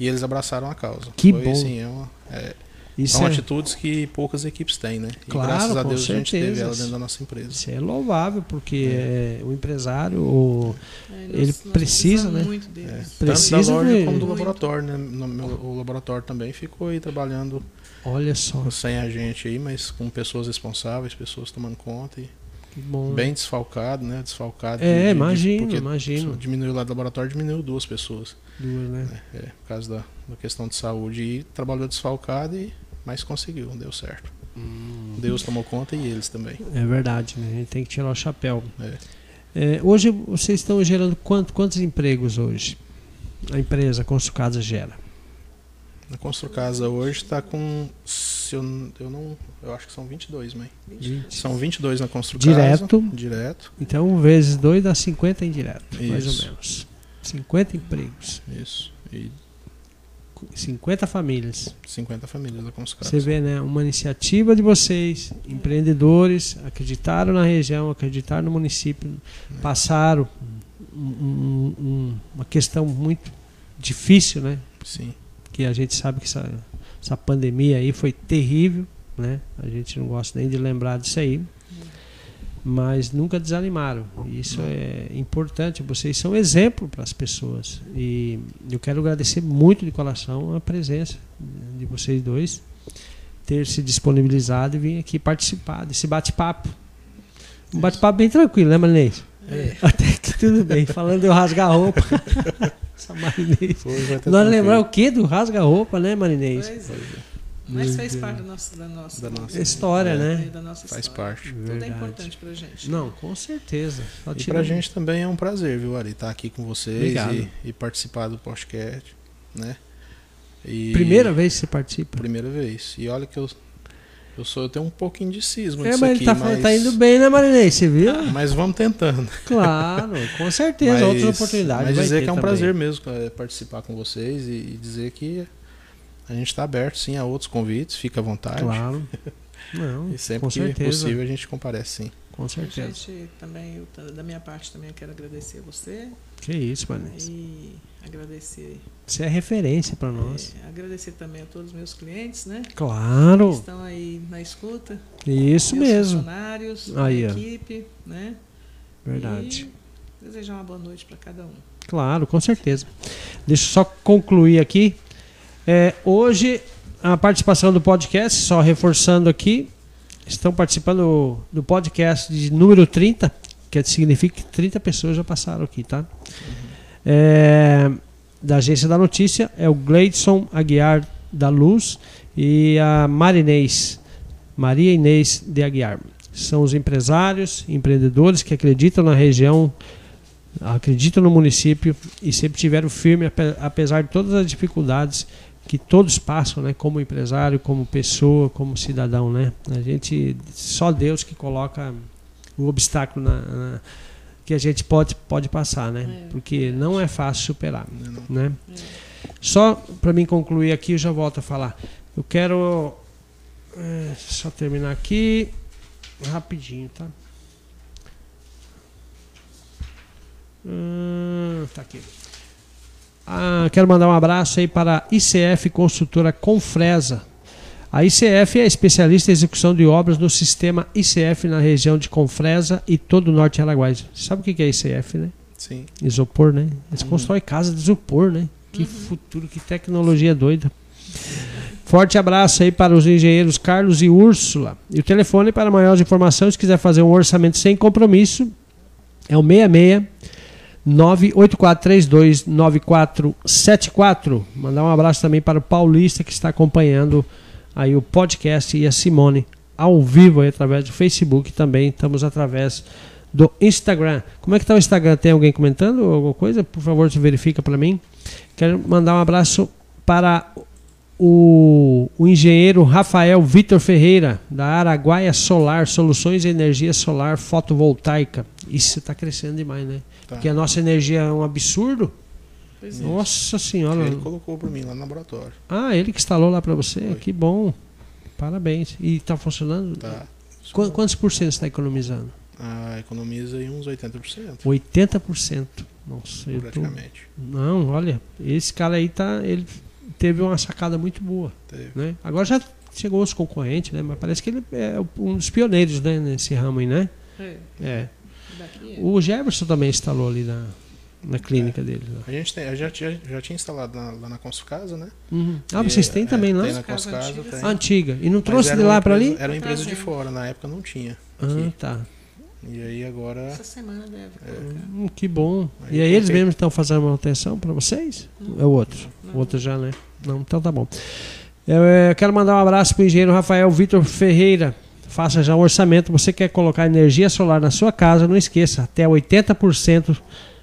Speaker 3: e eles abraçaram a causa.
Speaker 2: Que
Speaker 3: Foi,
Speaker 2: bom.
Speaker 3: assim, é uma- é,
Speaker 2: Isso é,
Speaker 3: São atitudes que poucas equipes têm, né? E
Speaker 2: Claro,
Speaker 3: graças a
Speaker 2: com
Speaker 3: Deus a gente
Speaker 2: certeza.
Speaker 3: teve ela dentro da nossa empresa.
Speaker 2: isso é louvável, porque é, o empresário. o-
Speaker 1: É,
Speaker 2: Ele precisa,
Speaker 1: precisamos
Speaker 2: né?
Speaker 1: Muito deles.
Speaker 2: Precisa
Speaker 3: É, Tanto da loja
Speaker 2: de-
Speaker 3: como do
Speaker 1: Muito.
Speaker 3: laboratório, né? No meu- o laboratório também ficou aí trabalhando
Speaker 2: Olha só,
Speaker 3: sem a gente aí, mas com pessoas responsáveis, pessoas tomando conta e
Speaker 2: que bom.
Speaker 3: bem desfalcado, né? Desfalcado. de- de-
Speaker 2: é,
Speaker 3: de-
Speaker 2: imagino,
Speaker 3: porque
Speaker 2: imagino.
Speaker 3: Diminuiu lá do laboratório, diminuiu duas pessoas,
Speaker 2: Duas, né?
Speaker 3: né? É, por causa da, da questão de saúde. E trabalhou desfalcado, e, mas conseguiu, deu certo.
Speaker 2: Hum.
Speaker 3: Deus tomou conta e eles também.
Speaker 2: É verdade, né? A gente tem que tirar o chapéu.
Speaker 3: É.
Speaker 2: É, hoje vocês estão gerando quanto, quantos empregos hoje? A empresa Construcasa gera.
Speaker 3: Na Construcasa hoje está com. Se eu, n- eu não. Eu acho que são 22, mãe. São 22 na Construcasa.
Speaker 2: Direto.
Speaker 3: Direto.
Speaker 2: Então, vezes 2 dá 50 indireto, mais ou
Speaker 3: Isso.
Speaker 2: menos. 50 empregos,
Speaker 3: Isso. E
Speaker 2: 50 famílias.
Speaker 3: 50 famílias na
Speaker 2: Você
Speaker 3: Construcasa.
Speaker 2: vê, né? Uma iniciativa de vocês, empreendedores, acreditaram na região, acreditaram no município, passaram um- um- um- uma questão muito difícil, né?
Speaker 3: Sim.
Speaker 2: que a gente sabe que essa, essa pandemia aí foi terrível, né? A gente não gosta nem de lembrar disso aí. Mas nunca desanimaram. E Isso é importante. Vocês são exemplo para as pessoas. E eu quero agradecer muito de coração a presença de vocês dois, ter se disponibilizado e vir aqui participar desse bate-papo. Um bate-papo bem tranquilo, né, Marinês?
Speaker 1: É.
Speaker 2: Até que Tudo bem, falando de eu rasgar a roupa. Essa marinês.
Speaker 3: Foi, vai ter
Speaker 2: Nós
Speaker 3: tranquilo.
Speaker 2: lembramos o que do rasga-roupa, né, Marinês?
Speaker 1: Pois é.
Speaker 3: Pois é,
Speaker 1: Mas
Speaker 2: Meu
Speaker 1: fez
Speaker 2: Deus.
Speaker 1: parte da nossa, da nossa,
Speaker 3: Da nossa.
Speaker 2: História,
Speaker 1: é,
Speaker 2: né?
Speaker 1: da nossa
Speaker 3: Faz
Speaker 1: história.
Speaker 3: parte.
Speaker 1: Tudo é
Speaker 2: Verdade.
Speaker 1: importante pra gente.
Speaker 2: Não, com certeza. Só
Speaker 3: E
Speaker 2: tira
Speaker 3: pra
Speaker 2: um-
Speaker 3: gente também é um prazer, viu, Ari, estar aqui com vocês
Speaker 2: Obrigado.
Speaker 3: e, e participar do podcast, né? E-
Speaker 2: Primeira vez que você participa.
Speaker 3: Primeira vez. E olha que eu, eu sou, eu tenho um pouquinho de cisma
Speaker 2: É,
Speaker 3: disso
Speaker 2: mas ele
Speaker 3: aqui,
Speaker 2: tá, falando,
Speaker 3: mas,
Speaker 2: tá indo bem, né, Marinês? Você viu?
Speaker 3: mas vamos tentando.
Speaker 2: Claro, com certeza. Outras
Speaker 3: Mas-
Speaker 2: oportunidades.
Speaker 3: Mas
Speaker 2: vai
Speaker 3: dizer
Speaker 2: ter
Speaker 3: que é um
Speaker 2: também.
Speaker 3: prazer mesmo é, participar com vocês e, e dizer que a gente está aberto, sim, a outros convites, fica à vontade.
Speaker 2: Claro. Não,
Speaker 3: E sempre
Speaker 2: com
Speaker 3: que
Speaker 2: certeza.
Speaker 3: possível a gente comparece, sim.
Speaker 2: com certeza.
Speaker 1: Gente, também, eu ta- da minha parte também eu quero agradecer a você
Speaker 2: Que isso, Marinês.
Speaker 1: e agradecer,
Speaker 2: Você é referência pra nós.
Speaker 1: é, agradecer também a todos os meus clientes, né? Que
Speaker 2: Claro,
Speaker 1: estão aí na escuta.
Speaker 2: isso
Speaker 1: meus
Speaker 2: mesmo.
Speaker 1: funcionários,
Speaker 2: Aí,
Speaker 1: a
Speaker 2: ó.
Speaker 1: equipe, né?
Speaker 2: Verdade.
Speaker 1: E desejar uma boa noite para cada um.
Speaker 2: Claro, com certeza. Deixa eu só concluir aqui. É, hoje, a participação do podcast, só reforçando aqui, estão participando do podcast de número 30, que significa que 30 pessoas já passaram aqui, tá? É, da Agência da Notícia, é o Gleidson Aguiar da Luz e a Marinês, Maria Inês de Aguiar. São os empresários, empreendedores que acreditam na região acreditam no município e sempre tiveram firme, ape- apesar de todas as dificuldades que todos passam, né, como empresário, como pessoa, como cidadão, né? A gente só Deus que coloca o obstáculo na, na- que a gente pode pode passar, né?
Speaker 1: É.
Speaker 2: Porque não é fácil superar,
Speaker 3: Né, não?
Speaker 2: né? Só para mim concluir aqui, eu já volto a falar. Eu quero é, só terminar aqui rapidinho, tá? Hum, tá aqui. Ah, quero mandar um abraço aí para a ICF Construtora Confresa. A ICF é especialista em execução de obras no sistema ICF na região de Confresa e todo o norte araguaia. Sabe o que que é ICF, né?
Speaker 3: Sim.
Speaker 2: Isopor, né? Eles
Speaker 3: Uhum.
Speaker 2: constroem casa de isopor, né? Que futuro, que tecnologia doida. Forte abraço aí para os engenheiros Carlos e Úrsula. E o telefone para maiores informações, se quiser fazer um orçamento sem compromisso, é o 66 984329474. Mandar um abraço também para o Paulista que está acompanhando aí o podcast e a Simone ao vivo aí através do Facebook também. Estamos através do Instagram. Como é que tá o Instagram? Tem alguém comentando ou alguma coisa? Por favor, se verifica para mim. Quero mandar um abraço para o, o engenheiro Rafael Vitor Ferreira, da Araguaia Solar, Soluções e Energia Solar Fotovoltaica. Isso está crescendo demais, né?
Speaker 3: Tá.
Speaker 2: Porque a nossa energia é um absurdo.
Speaker 1: Pois é.
Speaker 3: Isso.
Speaker 2: Nossa Senhora.
Speaker 3: Ele colocou para mim lá no laboratório.
Speaker 2: Ah, ele que instalou lá para você?
Speaker 3: Foi.
Speaker 2: Que bom. Parabéns. E está funcionando?
Speaker 3: Tá.
Speaker 2: Qu- Quantos por cento você está economizando?
Speaker 3: Ah, economiza aí uns 80%,
Speaker 2: 80%. Nossa, eu tô
Speaker 3: praticamente.
Speaker 2: Não, olha, esse cara aí tá, ele teve uma sacada muito boa,
Speaker 3: Teve.
Speaker 2: né? Agora já chegou os concorrentes, né? Mas parece que ele é um dos pioneiros, né, nesse ramo aí, né?
Speaker 1: É,
Speaker 2: É.
Speaker 1: daqui é.
Speaker 2: O Jefferson também instalou ali na, na clínica dele. lá.
Speaker 3: A gente tem, eu já, tinha- já tinha instalado na- lá na Construcasa, né?
Speaker 2: Uhum. Ah,
Speaker 3: E,
Speaker 2: vocês têm
Speaker 3: é,
Speaker 2: também lá? Ah,
Speaker 3: Tem na
Speaker 1: Casa
Speaker 3: Construcasa,
Speaker 1: antiga,
Speaker 3: tem.
Speaker 1: sim.
Speaker 2: A Antiga. E não
Speaker 3: Mas
Speaker 2: trouxe
Speaker 3: era
Speaker 2: de
Speaker 3: uma
Speaker 2: lá para
Speaker 3: empresa-
Speaker 2: ali?
Speaker 3: Era uma empresa de
Speaker 1: Trazendo.
Speaker 3: fora, na época não tinha.
Speaker 2: Ah, tá.
Speaker 3: E aí agora.
Speaker 1: Essa semana deve colocar.
Speaker 2: Hum, que bom.
Speaker 3: Aí
Speaker 2: E aí
Speaker 3: tá
Speaker 2: eles
Speaker 3: feito.
Speaker 2: mesmos estão fazendo manutenção para vocês? É o outro.
Speaker 1: Não.
Speaker 2: O outro já, né? Não, então tá bom. Eu, eh, quero mandar um abraço para o engenheiro Rafael Vitor Ferreira. Faça já um orçamento. Você quer colocar energia solar na sua casa, não esqueça, até 80%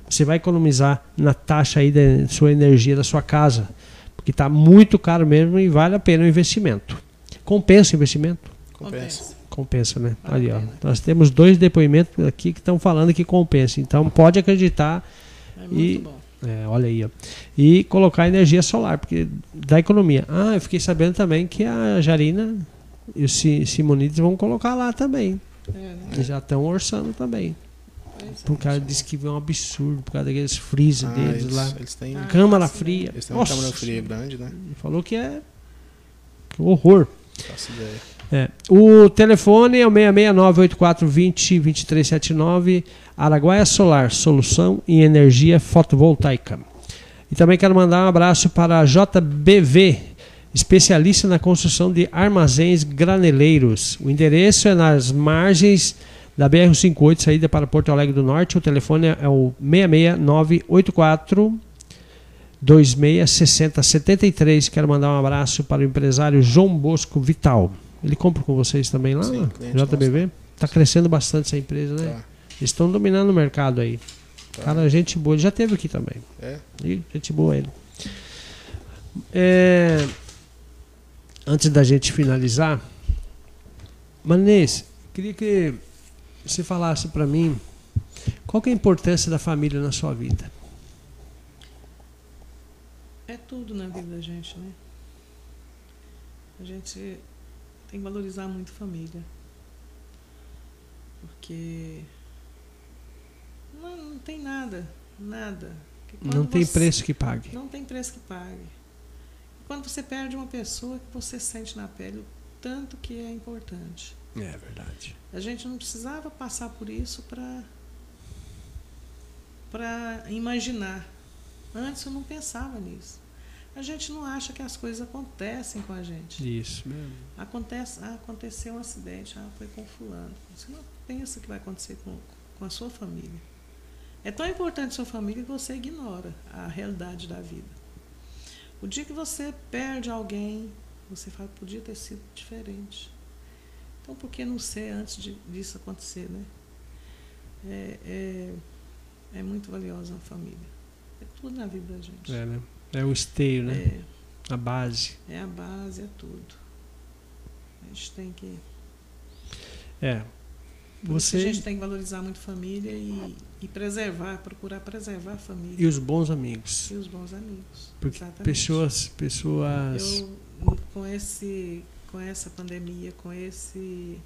Speaker 2: você vai economizar na taxa aí da sua energia da sua casa. Porque está muito caro mesmo e vale a pena o investimento. Compensa o investimento?
Speaker 3: Compensa.
Speaker 2: Compensa, né?
Speaker 1: Vale
Speaker 2: Ali,
Speaker 1: a
Speaker 2: ó.
Speaker 1: pena.
Speaker 2: Nós temos dois depoimentos aqui que estão falando que compensa. Então pode acreditar.
Speaker 1: É
Speaker 2: E-
Speaker 1: muito bom.
Speaker 2: É, olha aí, ó. E colocar energia solar, porque dá economia. Ah, eu fiquei sabendo também que a Jarina e o Si- Simonides vão colocar lá também.
Speaker 1: É, né?
Speaker 2: Que já estão orçando também.
Speaker 1: Pois é.
Speaker 2: Por causa disso que é um absurdo, por causa daqueles freezer
Speaker 3: Ah,
Speaker 2: deles
Speaker 3: eles,
Speaker 2: lá.
Speaker 3: eles têm,
Speaker 1: Ah,
Speaker 2: Câmara
Speaker 1: assim, né?
Speaker 2: fria.
Speaker 3: eles têm uma
Speaker 2: Nossa,
Speaker 3: câmera fria grande, né?
Speaker 2: ele Falou que é. Que horror.
Speaker 3: Faço ideia.
Speaker 2: É. O telefone é o 669-8420-2379, Araguaia é Solar, solução em energia fotovoltaica. E também quero mandar um abraço para a JBV, especialista na construção de armazéns graneleiros. O endereço é nas margens da BR-58, saída para Porto Alegre do Norte. O telefone é o 66984 266073. Quero mandar um abraço para o empresário João Bosco Vital. Ele compra com vocês também lá,
Speaker 3: Sim,
Speaker 2: né?
Speaker 3: cliente
Speaker 2: JBV? Está Tá crescendo bastante essa empresa, né?
Speaker 3: Tá.
Speaker 2: Eles estão dominando o mercado aí.
Speaker 3: Tá.
Speaker 2: Cara, gente boa. Ele já teve aqui também.
Speaker 3: É?
Speaker 2: Ih, gente boa ele. É, Antes da gente finalizar, Manês, queria que você falasse para mim qual que é a importância da família na sua vida.
Speaker 1: É tudo na vida da gente, né? A gente tem que valorizar muito a família. Porque não, não tem nada, nada. que quando
Speaker 2: Não tem
Speaker 1: você-
Speaker 2: preço que pague.
Speaker 1: Não tem preço que pague. Quando você perde uma pessoa que você sente na pele o tanto que é importante.
Speaker 2: É verdade.
Speaker 1: A gente não precisava passar por isso para para imaginar. Antes eu não pensava nisso. A gente não acha que as coisas acontecem com a gente.
Speaker 2: Isso mesmo.
Speaker 1: Acontece, ah, aconteceu um acidente, ah, foi com fulano. Você não pensa que vai acontecer com, com a sua família. É tão importante sua família que você ignora a realidade da vida. O dia que você perde alguém, você fala, podia ter sido diferente. Então, por que não ser antes de, disso acontecer, né? É, é, é muito valiosa a família. É tudo na vida da gente.
Speaker 2: É, né? é o esteio, né?
Speaker 1: É.
Speaker 2: A base.
Speaker 1: É a base, é tudo. A gente tem que.
Speaker 2: É.
Speaker 1: por isso que A
Speaker 2: Você
Speaker 1: gente tem que valorizar muito a família e, e preservar, procurar preservar a
Speaker 2: e
Speaker 1: família
Speaker 2: os bons amigos.
Speaker 1: e os bons amigos.
Speaker 2: Porque
Speaker 1: Exatamente.
Speaker 2: pessoas, pessoas.
Speaker 1: Eu, com, esse, com essa pandemia, com esse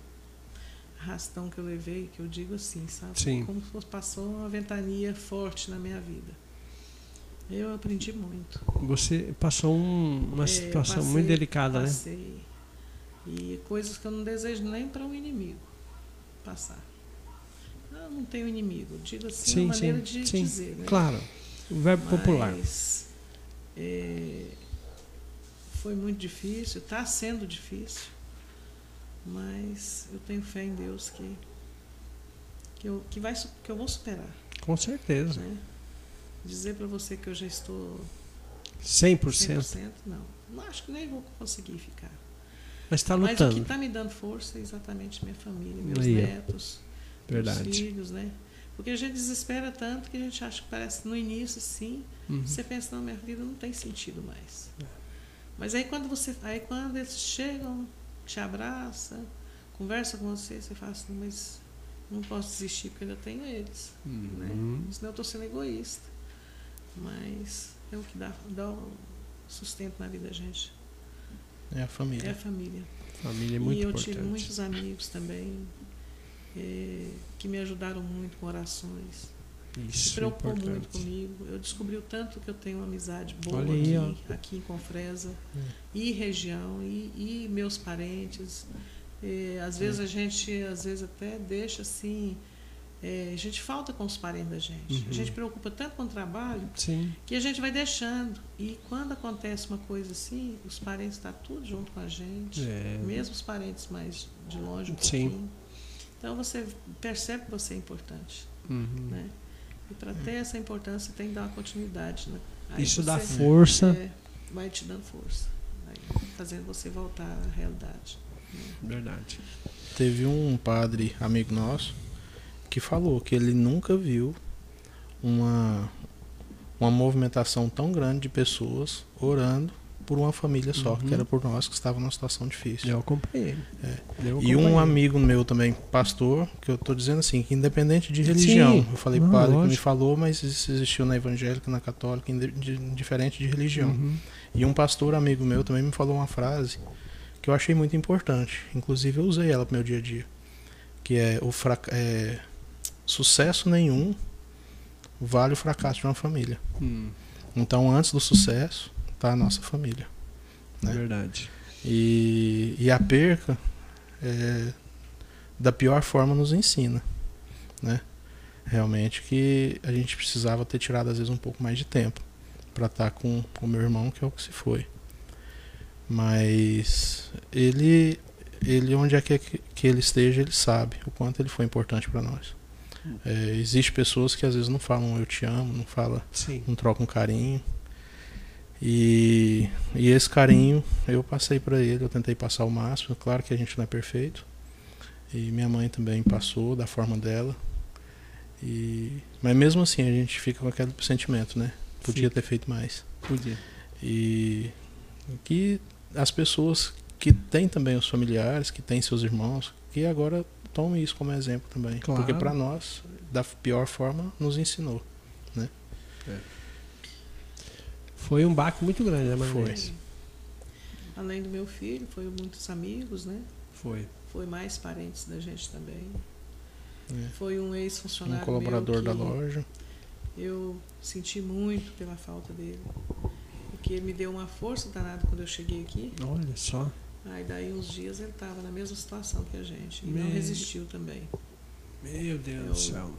Speaker 1: arrastão que eu levei, que eu digo assim, sabe?
Speaker 2: Sim.
Speaker 1: Como se fosse- passou uma ventania forte na minha vida. Eu aprendi muito.
Speaker 2: Você passou um- uma
Speaker 1: É,
Speaker 2: situação
Speaker 1: passei-
Speaker 2: muito delicada, né?
Speaker 1: passei. E coisas que eu não desejo nem para um inimigo passar. Eu não tenho inimigo, digo assim,
Speaker 2: Sim,
Speaker 1: uma maneira
Speaker 2: sim,
Speaker 1: de
Speaker 2: sim.
Speaker 1: dizer. Né?
Speaker 2: Claro, o verbo popular.
Speaker 1: Mas, é, foi muito difícil, está sendo difícil, mas eu tenho fé em Deus que, que, eu, que, vai, su- que eu vou superar.
Speaker 2: Com certeza.
Speaker 1: Né? Dizer para você que eu já estou
Speaker 2: 100%.
Speaker 1: 100% não. Não acho que nem vou conseguir ficar.
Speaker 2: Mas está
Speaker 1: Mas o que
Speaker 2: Tá lutando.
Speaker 1: está me dando força é exatamente minha família, meus
Speaker 2: Aí, ó.
Speaker 1: netos, meus
Speaker 2: Verdade.
Speaker 1: filhos, né? Porque a gente desespera tanto que a gente acha que parece no início, sim,
Speaker 2: Uhum.
Speaker 1: você pensa, não, minha vida não tem sentido mais.
Speaker 2: É.
Speaker 1: Mas aí quando você. Aí quando eles chegam, te abraça, conversa com você, você fala assim, mas não posso desistir porque ainda tenho eles.
Speaker 2: Uhum.
Speaker 1: Senão eu estou sendo egoísta. Mas é o que dá, dá o sustento na vida da gente.
Speaker 3: É a
Speaker 1: É a
Speaker 3: família.
Speaker 1: família.
Speaker 2: Família é
Speaker 1: e
Speaker 2: muito
Speaker 1: eu
Speaker 2: importante.
Speaker 1: tive muitos amigos também eh, que me ajudaram muito com orações. Se
Speaker 2: Isso é
Speaker 1: preocupou muito
Speaker 2: importante.
Speaker 1: comigo. Eu descobri o tanto que eu tenho uma amizade boa
Speaker 2: Olha aí, É.
Speaker 1: aqui, aqui em Confresa, e região, e, e meus parentes. Eh, às
Speaker 2: É.
Speaker 1: vezes a gente, às vezes até deixa assim. eh, a gente falta com os parentes da gente.
Speaker 2: Uhum.
Speaker 1: A gente preocupa tanto com o trabalho
Speaker 2: Sim,
Speaker 1: que a gente vai deixando. E quando acontece uma coisa assim, os parentes estão tudo junto com a gente
Speaker 2: é.
Speaker 1: mesmo os parentes mais de longe um
Speaker 2: Sim.
Speaker 1: pouquinho. Então você percebe que você é importante,
Speaker 2: Uhum.
Speaker 1: né? E para ter essa importância tem que dar uma continuidade, né? Aí
Speaker 2: Isso
Speaker 1: você,
Speaker 2: dá força.
Speaker 1: é, vai te dando força, aí fazendo você voltar à realidade.
Speaker 2: Verdade.
Speaker 3: Teve um padre amigo nosso que falou que ele nunca viu uma, uma movimentação tão grande de pessoas orando por uma família só,
Speaker 2: Uhum.
Speaker 3: que era por nós que estava numa situação difícil.
Speaker 2: Eu acompanhei. Eu
Speaker 3: E um
Speaker 2: acompanhei.
Speaker 3: amigo meu também, pastor, que eu tô dizendo assim, que independente de religião,
Speaker 2: Sim.
Speaker 3: eu falei
Speaker 2: Não,
Speaker 3: padre que me
Speaker 2: lógico.
Speaker 3: falou, mas isso existiu na evangélica, na católica, inde- de- diferente de religião.
Speaker 2: Uhum.
Speaker 3: E um pastor amigo meu também me falou uma frase que eu achei muito importante, inclusive eu usei ela pro meu dia a dia, que é o frac- é, sucesso nenhum vale o fracasso de uma família.
Speaker 2: Hum,
Speaker 3: Então, antes do sucesso, tá a nossa família. Né?
Speaker 2: Verdade.
Speaker 3: E, e a perca, é, da pior forma, nos ensina. Né? Realmente que a gente precisava ter tirado, às vezes, um pouco mais de tempo para estar com o meu irmão, que é o que se foi. Mas ele, ele onde é que, que ele esteja, ele sabe o quanto ele foi importante para nós. É, existe pessoas que às vezes não falam eu te amo, não fala,
Speaker 2: Sim.
Speaker 3: não trocam um carinho. E, e esse carinho eu passei para ele, eu tentei passar o máximo. Claro que a gente não é perfeito. E minha mãe também passou da forma dela. E, mas mesmo assim a gente fica com aquele sentimento, né? Podia ter feito mais.
Speaker 2: Podia.
Speaker 3: E que as pessoas que têm também os familiares, que têm seus irmãos, que agora tomem isso como exemplo também.
Speaker 2: Claro.
Speaker 3: Porque para nós, da pior forma, nos ensinou.
Speaker 2: Foi um baque muito grande, né, Marinês?
Speaker 3: Foi.
Speaker 1: É. Além do meu filho, foi muitos amigos, né?
Speaker 2: Foi.
Speaker 1: Foi mais parentes da gente também.
Speaker 3: né?
Speaker 1: Foi um
Speaker 3: Um
Speaker 1: ex-funcionário
Speaker 3: colaborador
Speaker 1: meu
Speaker 3: da
Speaker 1: que
Speaker 3: loja.
Speaker 1: Eu senti muito pela falta dele. Porque ele me deu uma força danada quando eu cheguei aqui.
Speaker 2: Olha só.
Speaker 1: Aí daí uns dias ele estava na mesma situação que a gente. E não
Speaker 2: Meu-
Speaker 1: resistiu também.
Speaker 2: Meu Deus
Speaker 1: do céu.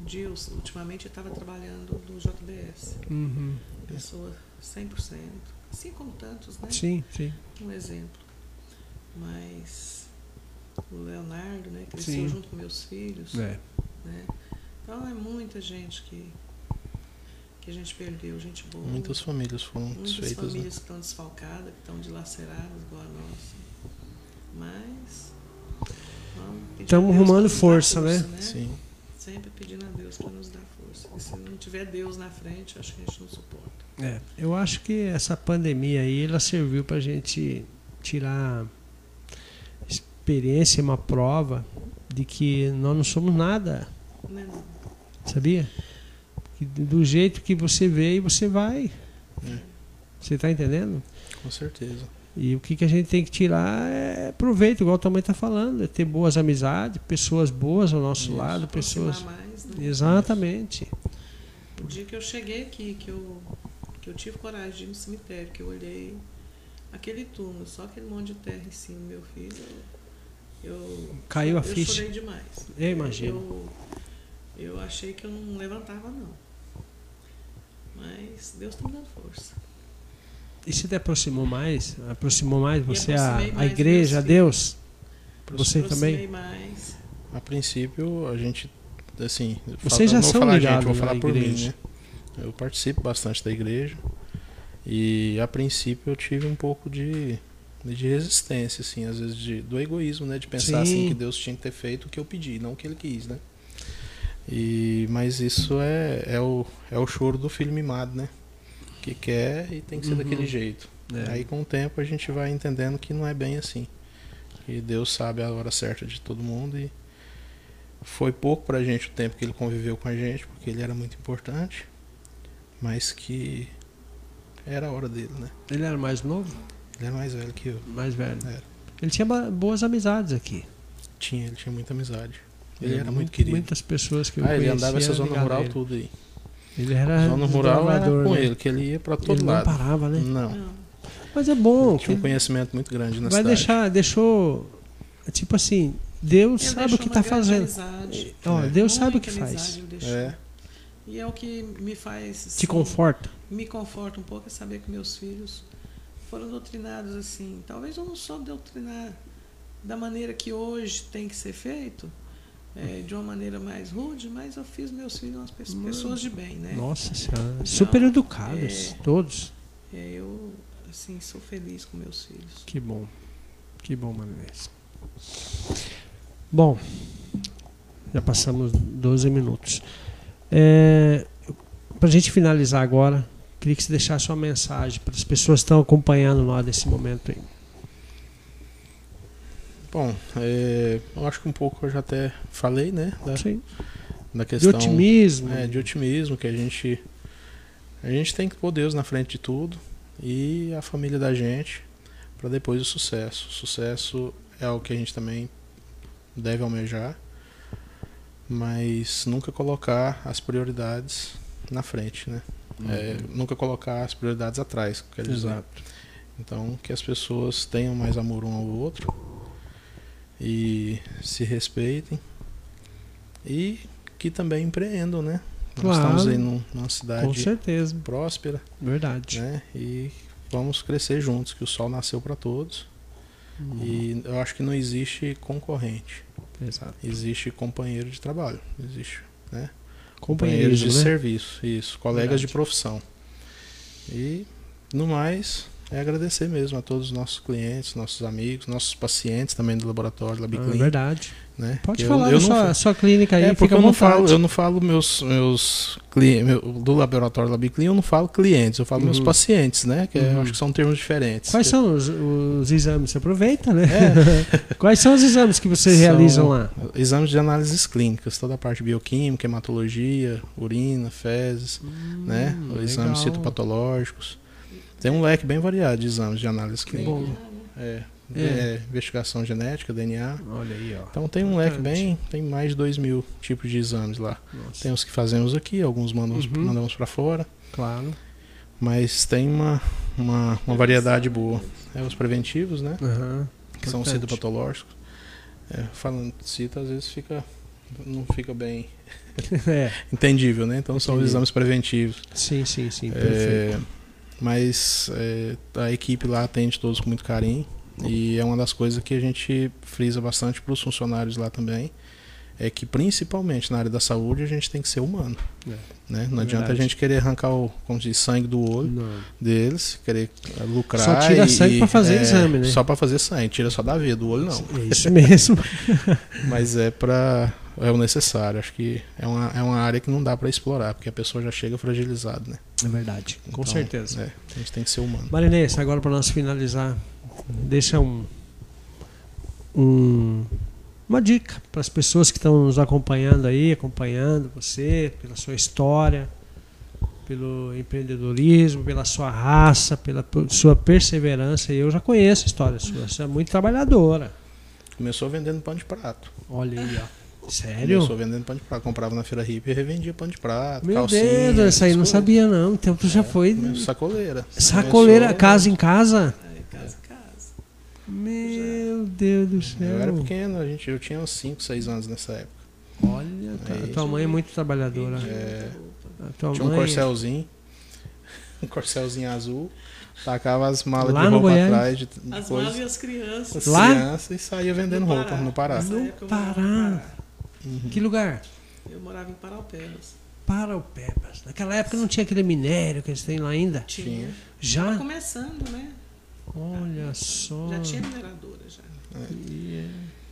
Speaker 1: Dils, ultimamente eu estava trabalhando no JBS.
Speaker 2: Uhum.
Speaker 1: Pessoa 100%. Assim como tantos, né?
Speaker 2: Sim, sim.
Speaker 1: Um exemplo. Mas o Leonardo, né? Cresceu
Speaker 2: Sim.
Speaker 1: junto com meus filhos.
Speaker 2: É.
Speaker 1: né? Então é muita gente que, que a gente perdeu, gente boa.
Speaker 3: Muitas famílias foram
Speaker 1: Muitas
Speaker 3: desfeitas. né?
Speaker 1: famílias que estão desfalcadas, que estão dilaceradas, igual a nossa. Mas. vamos pedir
Speaker 2: Tamo
Speaker 1: a Deus pra
Speaker 2: arrumando
Speaker 1: nos dar
Speaker 2: força, né?
Speaker 3: Sim.
Speaker 1: Sempre pedindo a Deus para nos dar força. E se não tiver Deus na frente, acho que a gente não suporta.
Speaker 2: É, eu acho que essa pandemia aí ela serviu para a gente tirar experiência, uma prova de que nós não somos nada,
Speaker 1: Né? não?
Speaker 2: sabia? Que do jeito que você veio, você vai.
Speaker 3: É.
Speaker 2: Você está entendendo?
Speaker 3: Com certeza.
Speaker 2: E o que, que a gente tem que tirar é proveito, igual tua mãe está falando, é ter boas amizades, pessoas boas ao nosso
Speaker 3: Isso.
Speaker 2: lado,
Speaker 1: Aproximar
Speaker 2: pessoas.
Speaker 1: mais, né?
Speaker 2: Exatamente.
Speaker 1: O dia que eu cheguei aqui, que eu, que eu tive coragem de ir no cemitério, que eu olhei aquele túmulo, só aquele monte de terra em cima do meu filho, eu, eu-
Speaker 2: Caiu a
Speaker 1: eu
Speaker 2: ficha.
Speaker 1: chorei demais.
Speaker 2: Eu imagino.
Speaker 1: Eu, eu achei que eu não levantava, não. Mas Deus está me dando força.
Speaker 2: E você te aproximou mais? Aproximou mais você a,
Speaker 1: aproximei
Speaker 2: a
Speaker 1: mais
Speaker 2: igreja, a
Speaker 1: meus filhos.
Speaker 2: Deus? Você
Speaker 1: Aproximei
Speaker 2: também?
Speaker 1: mais.
Speaker 3: A princípio, a gente, assim, eu
Speaker 2: Vocês
Speaker 3: falo-
Speaker 2: já
Speaker 3: não
Speaker 2: são
Speaker 3: vou falar
Speaker 2: ligados
Speaker 3: gente, eu vou
Speaker 2: na
Speaker 3: falar por
Speaker 2: igreja.
Speaker 3: mim, né? Eu participo bastante da igreja e a princípio eu tive um pouco de, de resistência, assim, às vezes de, do egoísmo, né, de pensar
Speaker 2: Sim.
Speaker 3: assim que Deus tinha que ter feito o que eu pedi, não o que Ele quis, né? E mas isso é, é o é o choro do filho mimado, né? Que quer e tem que ser
Speaker 2: Uhum.
Speaker 3: daquele jeito.
Speaker 2: É.
Speaker 3: Aí com o tempo a gente vai entendendo que não é bem assim. E Deus sabe a hora certa de todo mundo e foi pouco pra gente o tempo que ele conviveu com a gente, porque ele era muito importante, mas que era a hora dele, né?
Speaker 2: Ele era mais novo,
Speaker 3: Ele era mais velho que eu.
Speaker 2: mais velho.
Speaker 3: Era.
Speaker 2: Ele tinha ba- boas amizades aqui.
Speaker 3: Tinha, ele tinha muita amizade. Ele
Speaker 2: É,
Speaker 3: era
Speaker 2: mu-
Speaker 3: muito querido.
Speaker 2: Muitas pessoas que eu
Speaker 3: ah, ele
Speaker 2: conhecia
Speaker 3: andava essa
Speaker 2: eram
Speaker 3: zona
Speaker 2: ligadas a
Speaker 3: rural
Speaker 2: ele.
Speaker 3: tudo aí.
Speaker 2: Ele era
Speaker 3: Zona rural era
Speaker 2: desbravador,
Speaker 3: com
Speaker 2: né?
Speaker 3: ele, que ele ia pra todo
Speaker 2: ele não
Speaker 3: lado.
Speaker 2: parava, né?
Speaker 3: Não.
Speaker 1: Não,
Speaker 2: Mas é bom.
Speaker 3: Tinha um
Speaker 2: que
Speaker 3: conhecimento muito grande na
Speaker 2: vai
Speaker 3: cidade.
Speaker 2: deixar, deixou, tipo assim, Deus
Speaker 1: Ele
Speaker 2: sabe o que
Speaker 1: deixou
Speaker 2: está
Speaker 1: uma grande
Speaker 2: fazendo.
Speaker 1: amizade.
Speaker 2: Ó,
Speaker 3: É.
Speaker 2: Deus sabe o que
Speaker 1: Muita amizade
Speaker 2: faz.
Speaker 1: ele deixou.
Speaker 3: É,
Speaker 1: E é o que me faz.
Speaker 2: Te
Speaker 1: assim,
Speaker 2: conforta.
Speaker 1: me conforta um pouco é saber que meus filhos foram doutrinados assim. Talvez eu não soube doutrinar da maneira que hoje tem que ser feito, eh, de uma maneira mais rude, mas eu fiz meus filhos umas pe- pessoas de bem, né?
Speaker 2: Nossa senhora. Super educados,
Speaker 1: é-
Speaker 2: todos.
Speaker 1: Eh, eu, assim, sou feliz com meus filhos.
Speaker 2: Que bom. Que bom, Marinês. Bom, já passamos 12 minutos. É, para a gente finalizar agora, queria que você deixasse uma mensagem para as pessoas que estão acompanhando nós nesse momento aí.
Speaker 3: bom, é, eu acho que um pouco eu já até falei, né? Da,
Speaker 2: Sim.
Speaker 3: da
Speaker 2: De
Speaker 3: questão
Speaker 2: otimismo. né?
Speaker 3: É, de otimismo, que a gente a gente tem que pôr Deus na frente de tudo e a família da gente para depois o sucesso. O sucesso é algo que a gente também deve almejar, mas nunca colocar as prioridades na frente, né? É, nunca colocar as prioridades atrás, quer dizer.
Speaker 2: Uhum. Exato.
Speaker 3: Então, que as pessoas tenham mais amor um ao outro e se respeitem e que também empreendam, né? Nós
Speaker 2: Claro.
Speaker 3: estamos aí num- numa
Speaker 2: Com
Speaker 3: cidade
Speaker 2: certeza.
Speaker 3: próspera,
Speaker 2: Verdade.
Speaker 3: né? E vamos crescer juntos, que o sol nasceu para todos
Speaker 2: Hum,
Speaker 3: E eu acho que não existe concorrente.
Speaker 2: Exato.
Speaker 3: Existe companheiro de trabalho. Existe companheiros
Speaker 2: Companheirismo,
Speaker 3: de
Speaker 2: né?
Speaker 3: serviço, isso, colegas
Speaker 2: Verdade.
Speaker 3: de profissão. E no mais, é agradecer mesmo a todos os nossos clientes, nossos amigos, nossos pacientes também do laboratório
Speaker 2: Ah,
Speaker 3: LabClinic,
Speaker 2: verdade.
Speaker 3: né?
Speaker 2: Pode
Speaker 3: Que
Speaker 2: falar da
Speaker 3: eu, eu não
Speaker 2: sua,
Speaker 3: fa-
Speaker 2: sua clínica aí,
Speaker 3: é porque
Speaker 2: fica à
Speaker 3: eu não
Speaker 2: vontade.
Speaker 3: falo, eu não falo meus meus clientes do laboratório LabClinic, eu não falo clientes, eu falo meus
Speaker 2: Uhum.
Speaker 3: pacientes, né? Que eu
Speaker 2: Uhum.
Speaker 3: acho que são termos diferentes.
Speaker 2: Quais
Speaker 3: Que-
Speaker 2: são os, os exames? Você aproveita, né?
Speaker 3: É,
Speaker 2: Quais são os exames que vocês
Speaker 3: São-
Speaker 2: realizam lá?
Speaker 3: Exames de análises clínicas, toda a parte bioquímica, hematologia, urina, fezes, né?
Speaker 2: Hum,
Speaker 3: Os exames
Speaker 2: legal.
Speaker 3: citopatológicos. Tem um leque bem variado de exames de análise
Speaker 2: Que
Speaker 3: clínica.
Speaker 2: bom.
Speaker 3: É,
Speaker 2: É.
Speaker 3: é, investigação genética, DNA.
Speaker 2: Olha aí, ó.
Speaker 3: Então tem um leque
Speaker 2: Importante.
Speaker 3: bem, tem mais de 2 mil tipos de exames lá.
Speaker 2: Nossa,
Speaker 3: Tem os que fazemos aqui, alguns mandamos,
Speaker 2: Uhum.
Speaker 3: mandamos para fora,
Speaker 2: Claro.
Speaker 3: mas tem uma, uma, uma variedade boa. É os preventivos, né?
Speaker 2: Aham.
Speaker 3: que são
Speaker 2: Importante.
Speaker 3: citopatológicos. É, falando de cita, às vezes fica não fica bem
Speaker 2: É,
Speaker 3: entendível, né? Então são
Speaker 2: Entendi.
Speaker 3: os exames preventivos.
Speaker 2: sim, sim, sim. Perfeito.
Speaker 3: É, mas é, a equipe lá atende todos com muito carinho e é uma das coisas que a gente frisa bastante para os funcionários lá também é que principalmente na área da saúde a gente tem que ser humano,
Speaker 2: É.
Speaker 3: né? Não
Speaker 2: É
Speaker 3: adianta a
Speaker 2: verdade.
Speaker 3: gente querer arrancar o como se diz, sangue do olho
Speaker 2: Não.
Speaker 3: deles, querer eh, lucrar.
Speaker 2: Só tira
Speaker 3: e-
Speaker 2: sangue
Speaker 3: e- é,
Speaker 2: pra fazer exame, né?
Speaker 3: Só pra fazer sangue, tira só da veia, do olho não.
Speaker 2: É isso mesmo.
Speaker 3: Mas é pra. É o necessário. Acho que é uma, é uma área que não dá pra explorar, porque a pessoa já chega fragilizada, né?
Speaker 2: É verdade. Com
Speaker 3: Então,
Speaker 2: certeza.
Speaker 3: É, a gente tem que ser humano.
Speaker 2: Marinês, agora para nós finalizar, deixa um, um- uma dica para as pessoas que estão nos acompanhando aí, acompanhando você, pela sua história, pelo empreendedorismo, pela sua raça, pela p- sua perseverança. E eu já conheço a história sua, você é muito trabalhadora.
Speaker 3: Começou vendendo pão de prato.
Speaker 2: Olha aí, ó. Sério?
Speaker 3: Começou vendendo pão de prato. Comprava na feira hippie e revendia pão de prato,
Speaker 2: Meu
Speaker 3: calcinha.
Speaker 2: Deus, essa aí eu não
Speaker 3: essas É,
Speaker 2: sabia não. Então tu já foi
Speaker 3: coisas. Sacoleira.
Speaker 2: sacoleira,
Speaker 3: Começou-
Speaker 2: casa em casa?
Speaker 1: Aí, É, casa, casa.
Speaker 2: Meu Deus do céu.
Speaker 3: é. Eu era pequeno, a gente, eu tinha uns 5, 6 anos nessa época.
Speaker 2: Olha,
Speaker 3: É
Speaker 2: cara,
Speaker 3: isso.
Speaker 2: tua mãe é muito trabalhadora.
Speaker 1: Vendi
Speaker 3: É.
Speaker 1: muita roupa.
Speaker 2: A tua
Speaker 3: Tinha um
Speaker 2: mãe- é
Speaker 3: corcelzinho. Um corcelzinho azul. Tacava as malas
Speaker 2: Lá
Speaker 3: de
Speaker 2: no
Speaker 3: roupa
Speaker 2: Goiás?
Speaker 3: atrás de, de
Speaker 1: As
Speaker 3: coisa.
Speaker 1: malas e as crianças.
Speaker 3: As
Speaker 2: Lá?
Speaker 3: crianças E saía vendendo roupa no Pará.
Speaker 1: Nessa
Speaker 2: No
Speaker 1: época eu morava
Speaker 2: Pará.
Speaker 3: Uhum.
Speaker 2: Que lugar?
Speaker 1: Eu morava em Paraupebas.
Speaker 2: Para o Pebas. Naquela época não tinha aquele minério que eles têm lá ainda.
Speaker 1: Tinha.
Speaker 2: Já?
Speaker 1: Começando, né?
Speaker 2: Olha só.
Speaker 1: Já tinha mineradora já.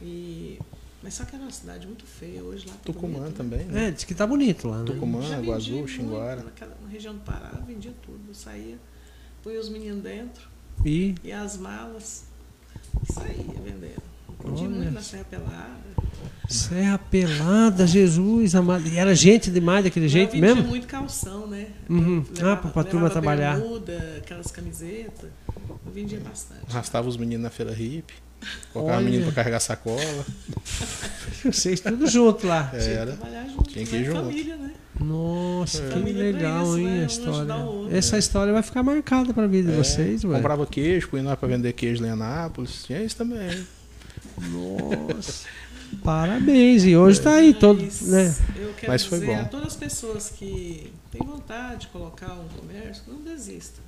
Speaker 1: E... Mas só que era uma cidade muito feia hoje lá. tudo
Speaker 3: Tucumã
Speaker 1: bonito, né?
Speaker 3: também, né?
Speaker 2: É, diz que tá bonito lá, né?
Speaker 3: Tucumã,
Speaker 1: Já vendia
Speaker 3: Guazu,
Speaker 1: muito
Speaker 3: Xinguara.
Speaker 1: Naquela na região do Pará, vendia tudo. Saía, põe os meninos dentro
Speaker 2: E
Speaker 1: e as malas. Saía vendendo. Vendia
Speaker 2: Olha.
Speaker 1: muito na Serra Pelada.
Speaker 2: Serra Pelada, Jesus amado. E era gente demais daquele
Speaker 1: Lá
Speaker 2: jeito
Speaker 1: vendia
Speaker 2: mesmo?
Speaker 1: muito calção, né?
Speaker 2: Uhum. Ah, pra- pra turma
Speaker 1: levava
Speaker 2: trabalhar.
Speaker 1: bermuda, aquelas camisetas. Eu vendia bastante.
Speaker 3: Arrastava os meninos na feira hippie. Colocava
Speaker 2: Olha.
Speaker 3: o menino pra carregar sacola.
Speaker 2: Vocês tudo junto lá.
Speaker 1: Tinha que
Speaker 3: Era.
Speaker 1: trabalhar junto,
Speaker 3: Tinha que
Speaker 1: né?
Speaker 3: ir junto.
Speaker 1: Família, né?
Speaker 2: Nossa,
Speaker 3: É.
Speaker 2: que
Speaker 1: Família pra
Speaker 2: legal,
Speaker 1: isso,
Speaker 2: hein,
Speaker 1: né?
Speaker 2: a
Speaker 1: Um
Speaker 2: história.
Speaker 1: ajudar o outro.
Speaker 2: Essa história vai ficar marcada pra vida de
Speaker 3: É,
Speaker 2: vocês, ué.
Speaker 3: Comprava queijo, punha nós pra vender queijo lá em Anápolis. Tinha isso também.
Speaker 2: Nossa. Parabéns. E hoje tá aí todo, né?
Speaker 1: Eu quero
Speaker 3: Mas foi
Speaker 1: dizer a
Speaker 3: bom.
Speaker 1: todas as pessoas que têm vontade de colocar um comércio, não desistam.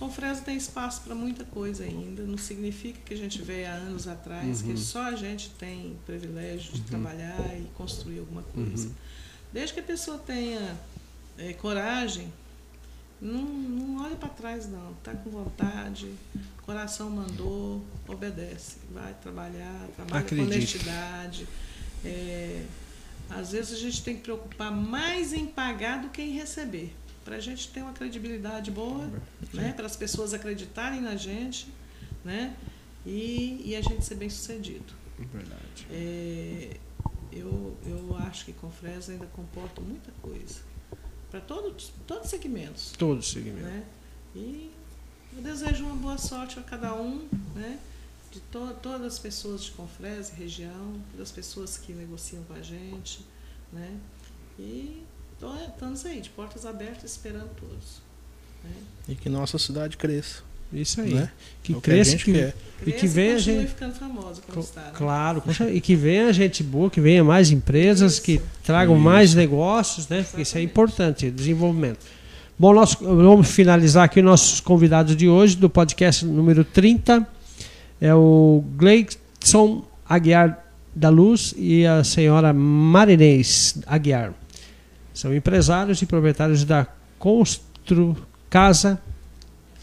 Speaker 1: Confresa tem espaço para muita coisa ainda. Não significa que a gente veio há anos atrás,
Speaker 3: Uhum.
Speaker 1: que só a gente tem privilégio de trabalhar e construir alguma coisa.
Speaker 3: Uhum.
Speaker 1: Desde que a pessoa tenha eh, coragem, não, não olhe para trás não. Está com vontade, coração mandou, obedece. Vai trabalhar, trabalha
Speaker 2: Acredito.
Speaker 1: com honestidade. Eh, às vezes a gente tem que preocupar mais em pagar do que em receber. Para a gente ter uma credibilidade boa, né? para as pessoas acreditarem na gente né? e, e a gente ser bem sucedido.
Speaker 2: Verdade.
Speaker 1: É, eu, eu acho que Confresa ainda comporta muita coisa para todos todos os segmentos.
Speaker 2: Todos os segmentos.
Speaker 1: Né? E eu desejo uma boa sorte a cada um, né? de to todas as pessoas de Confresa, região, das pessoas que negociam com a gente. Né? E tô- estamos aí, de portas abertas, esperando todos. Né?
Speaker 3: E que nossa cidade cresça.
Speaker 2: Isso aí.
Speaker 3: Né?
Speaker 2: Que
Speaker 3: É o
Speaker 2: cresça
Speaker 3: a gente
Speaker 2: que.
Speaker 3: quer.
Speaker 2: E que
Speaker 1: Cresça
Speaker 2: venha
Speaker 1: continue
Speaker 2: gente-
Speaker 1: ficando famosa como
Speaker 2: Co-
Speaker 1: está. né?
Speaker 2: Claro, com certeza. e que venha gente boa, que venha mais empresas, que
Speaker 1: Isso.
Speaker 2: tragam
Speaker 3: Isso.
Speaker 2: mais negócios, né? Porque isso é
Speaker 1: Exatamente.
Speaker 2: importante, desenvolvimento. Bom, nós vamos finalizar aqui nossos convidados de hoje do podcast número 30. É o Gleidson Aguiar da Luz e a senhora Marinês Aguiar. São empresários e proprietários da Constru Casa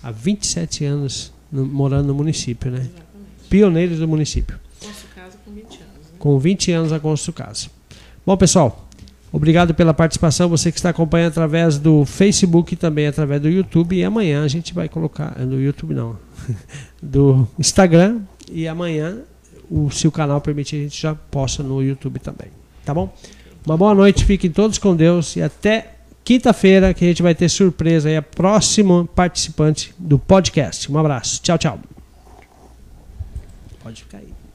Speaker 2: há 27 anos no- morando no município, né?
Speaker 1: Exatamente.
Speaker 2: Pioneiros do município.
Speaker 1: Nosso caso com 20 anos. Né?
Speaker 2: com 20 anos a Constru Casa. Bom, pessoal, obrigado pela participação. Você que está acompanhando através do Facebook e também através do YouTube. E amanhã a gente vai colocar. eh, No YouTube não. do Instagram. E amanhã, o, se o canal permitir, a gente já posta no YouTube também. Tá bom? Uma boa noite, fiquem todos com Deus e até quinta-feira que a gente vai ter surpresa aí, a próxima participante do podcast. Um abraço, tchau, tchau. Pode ficar aí.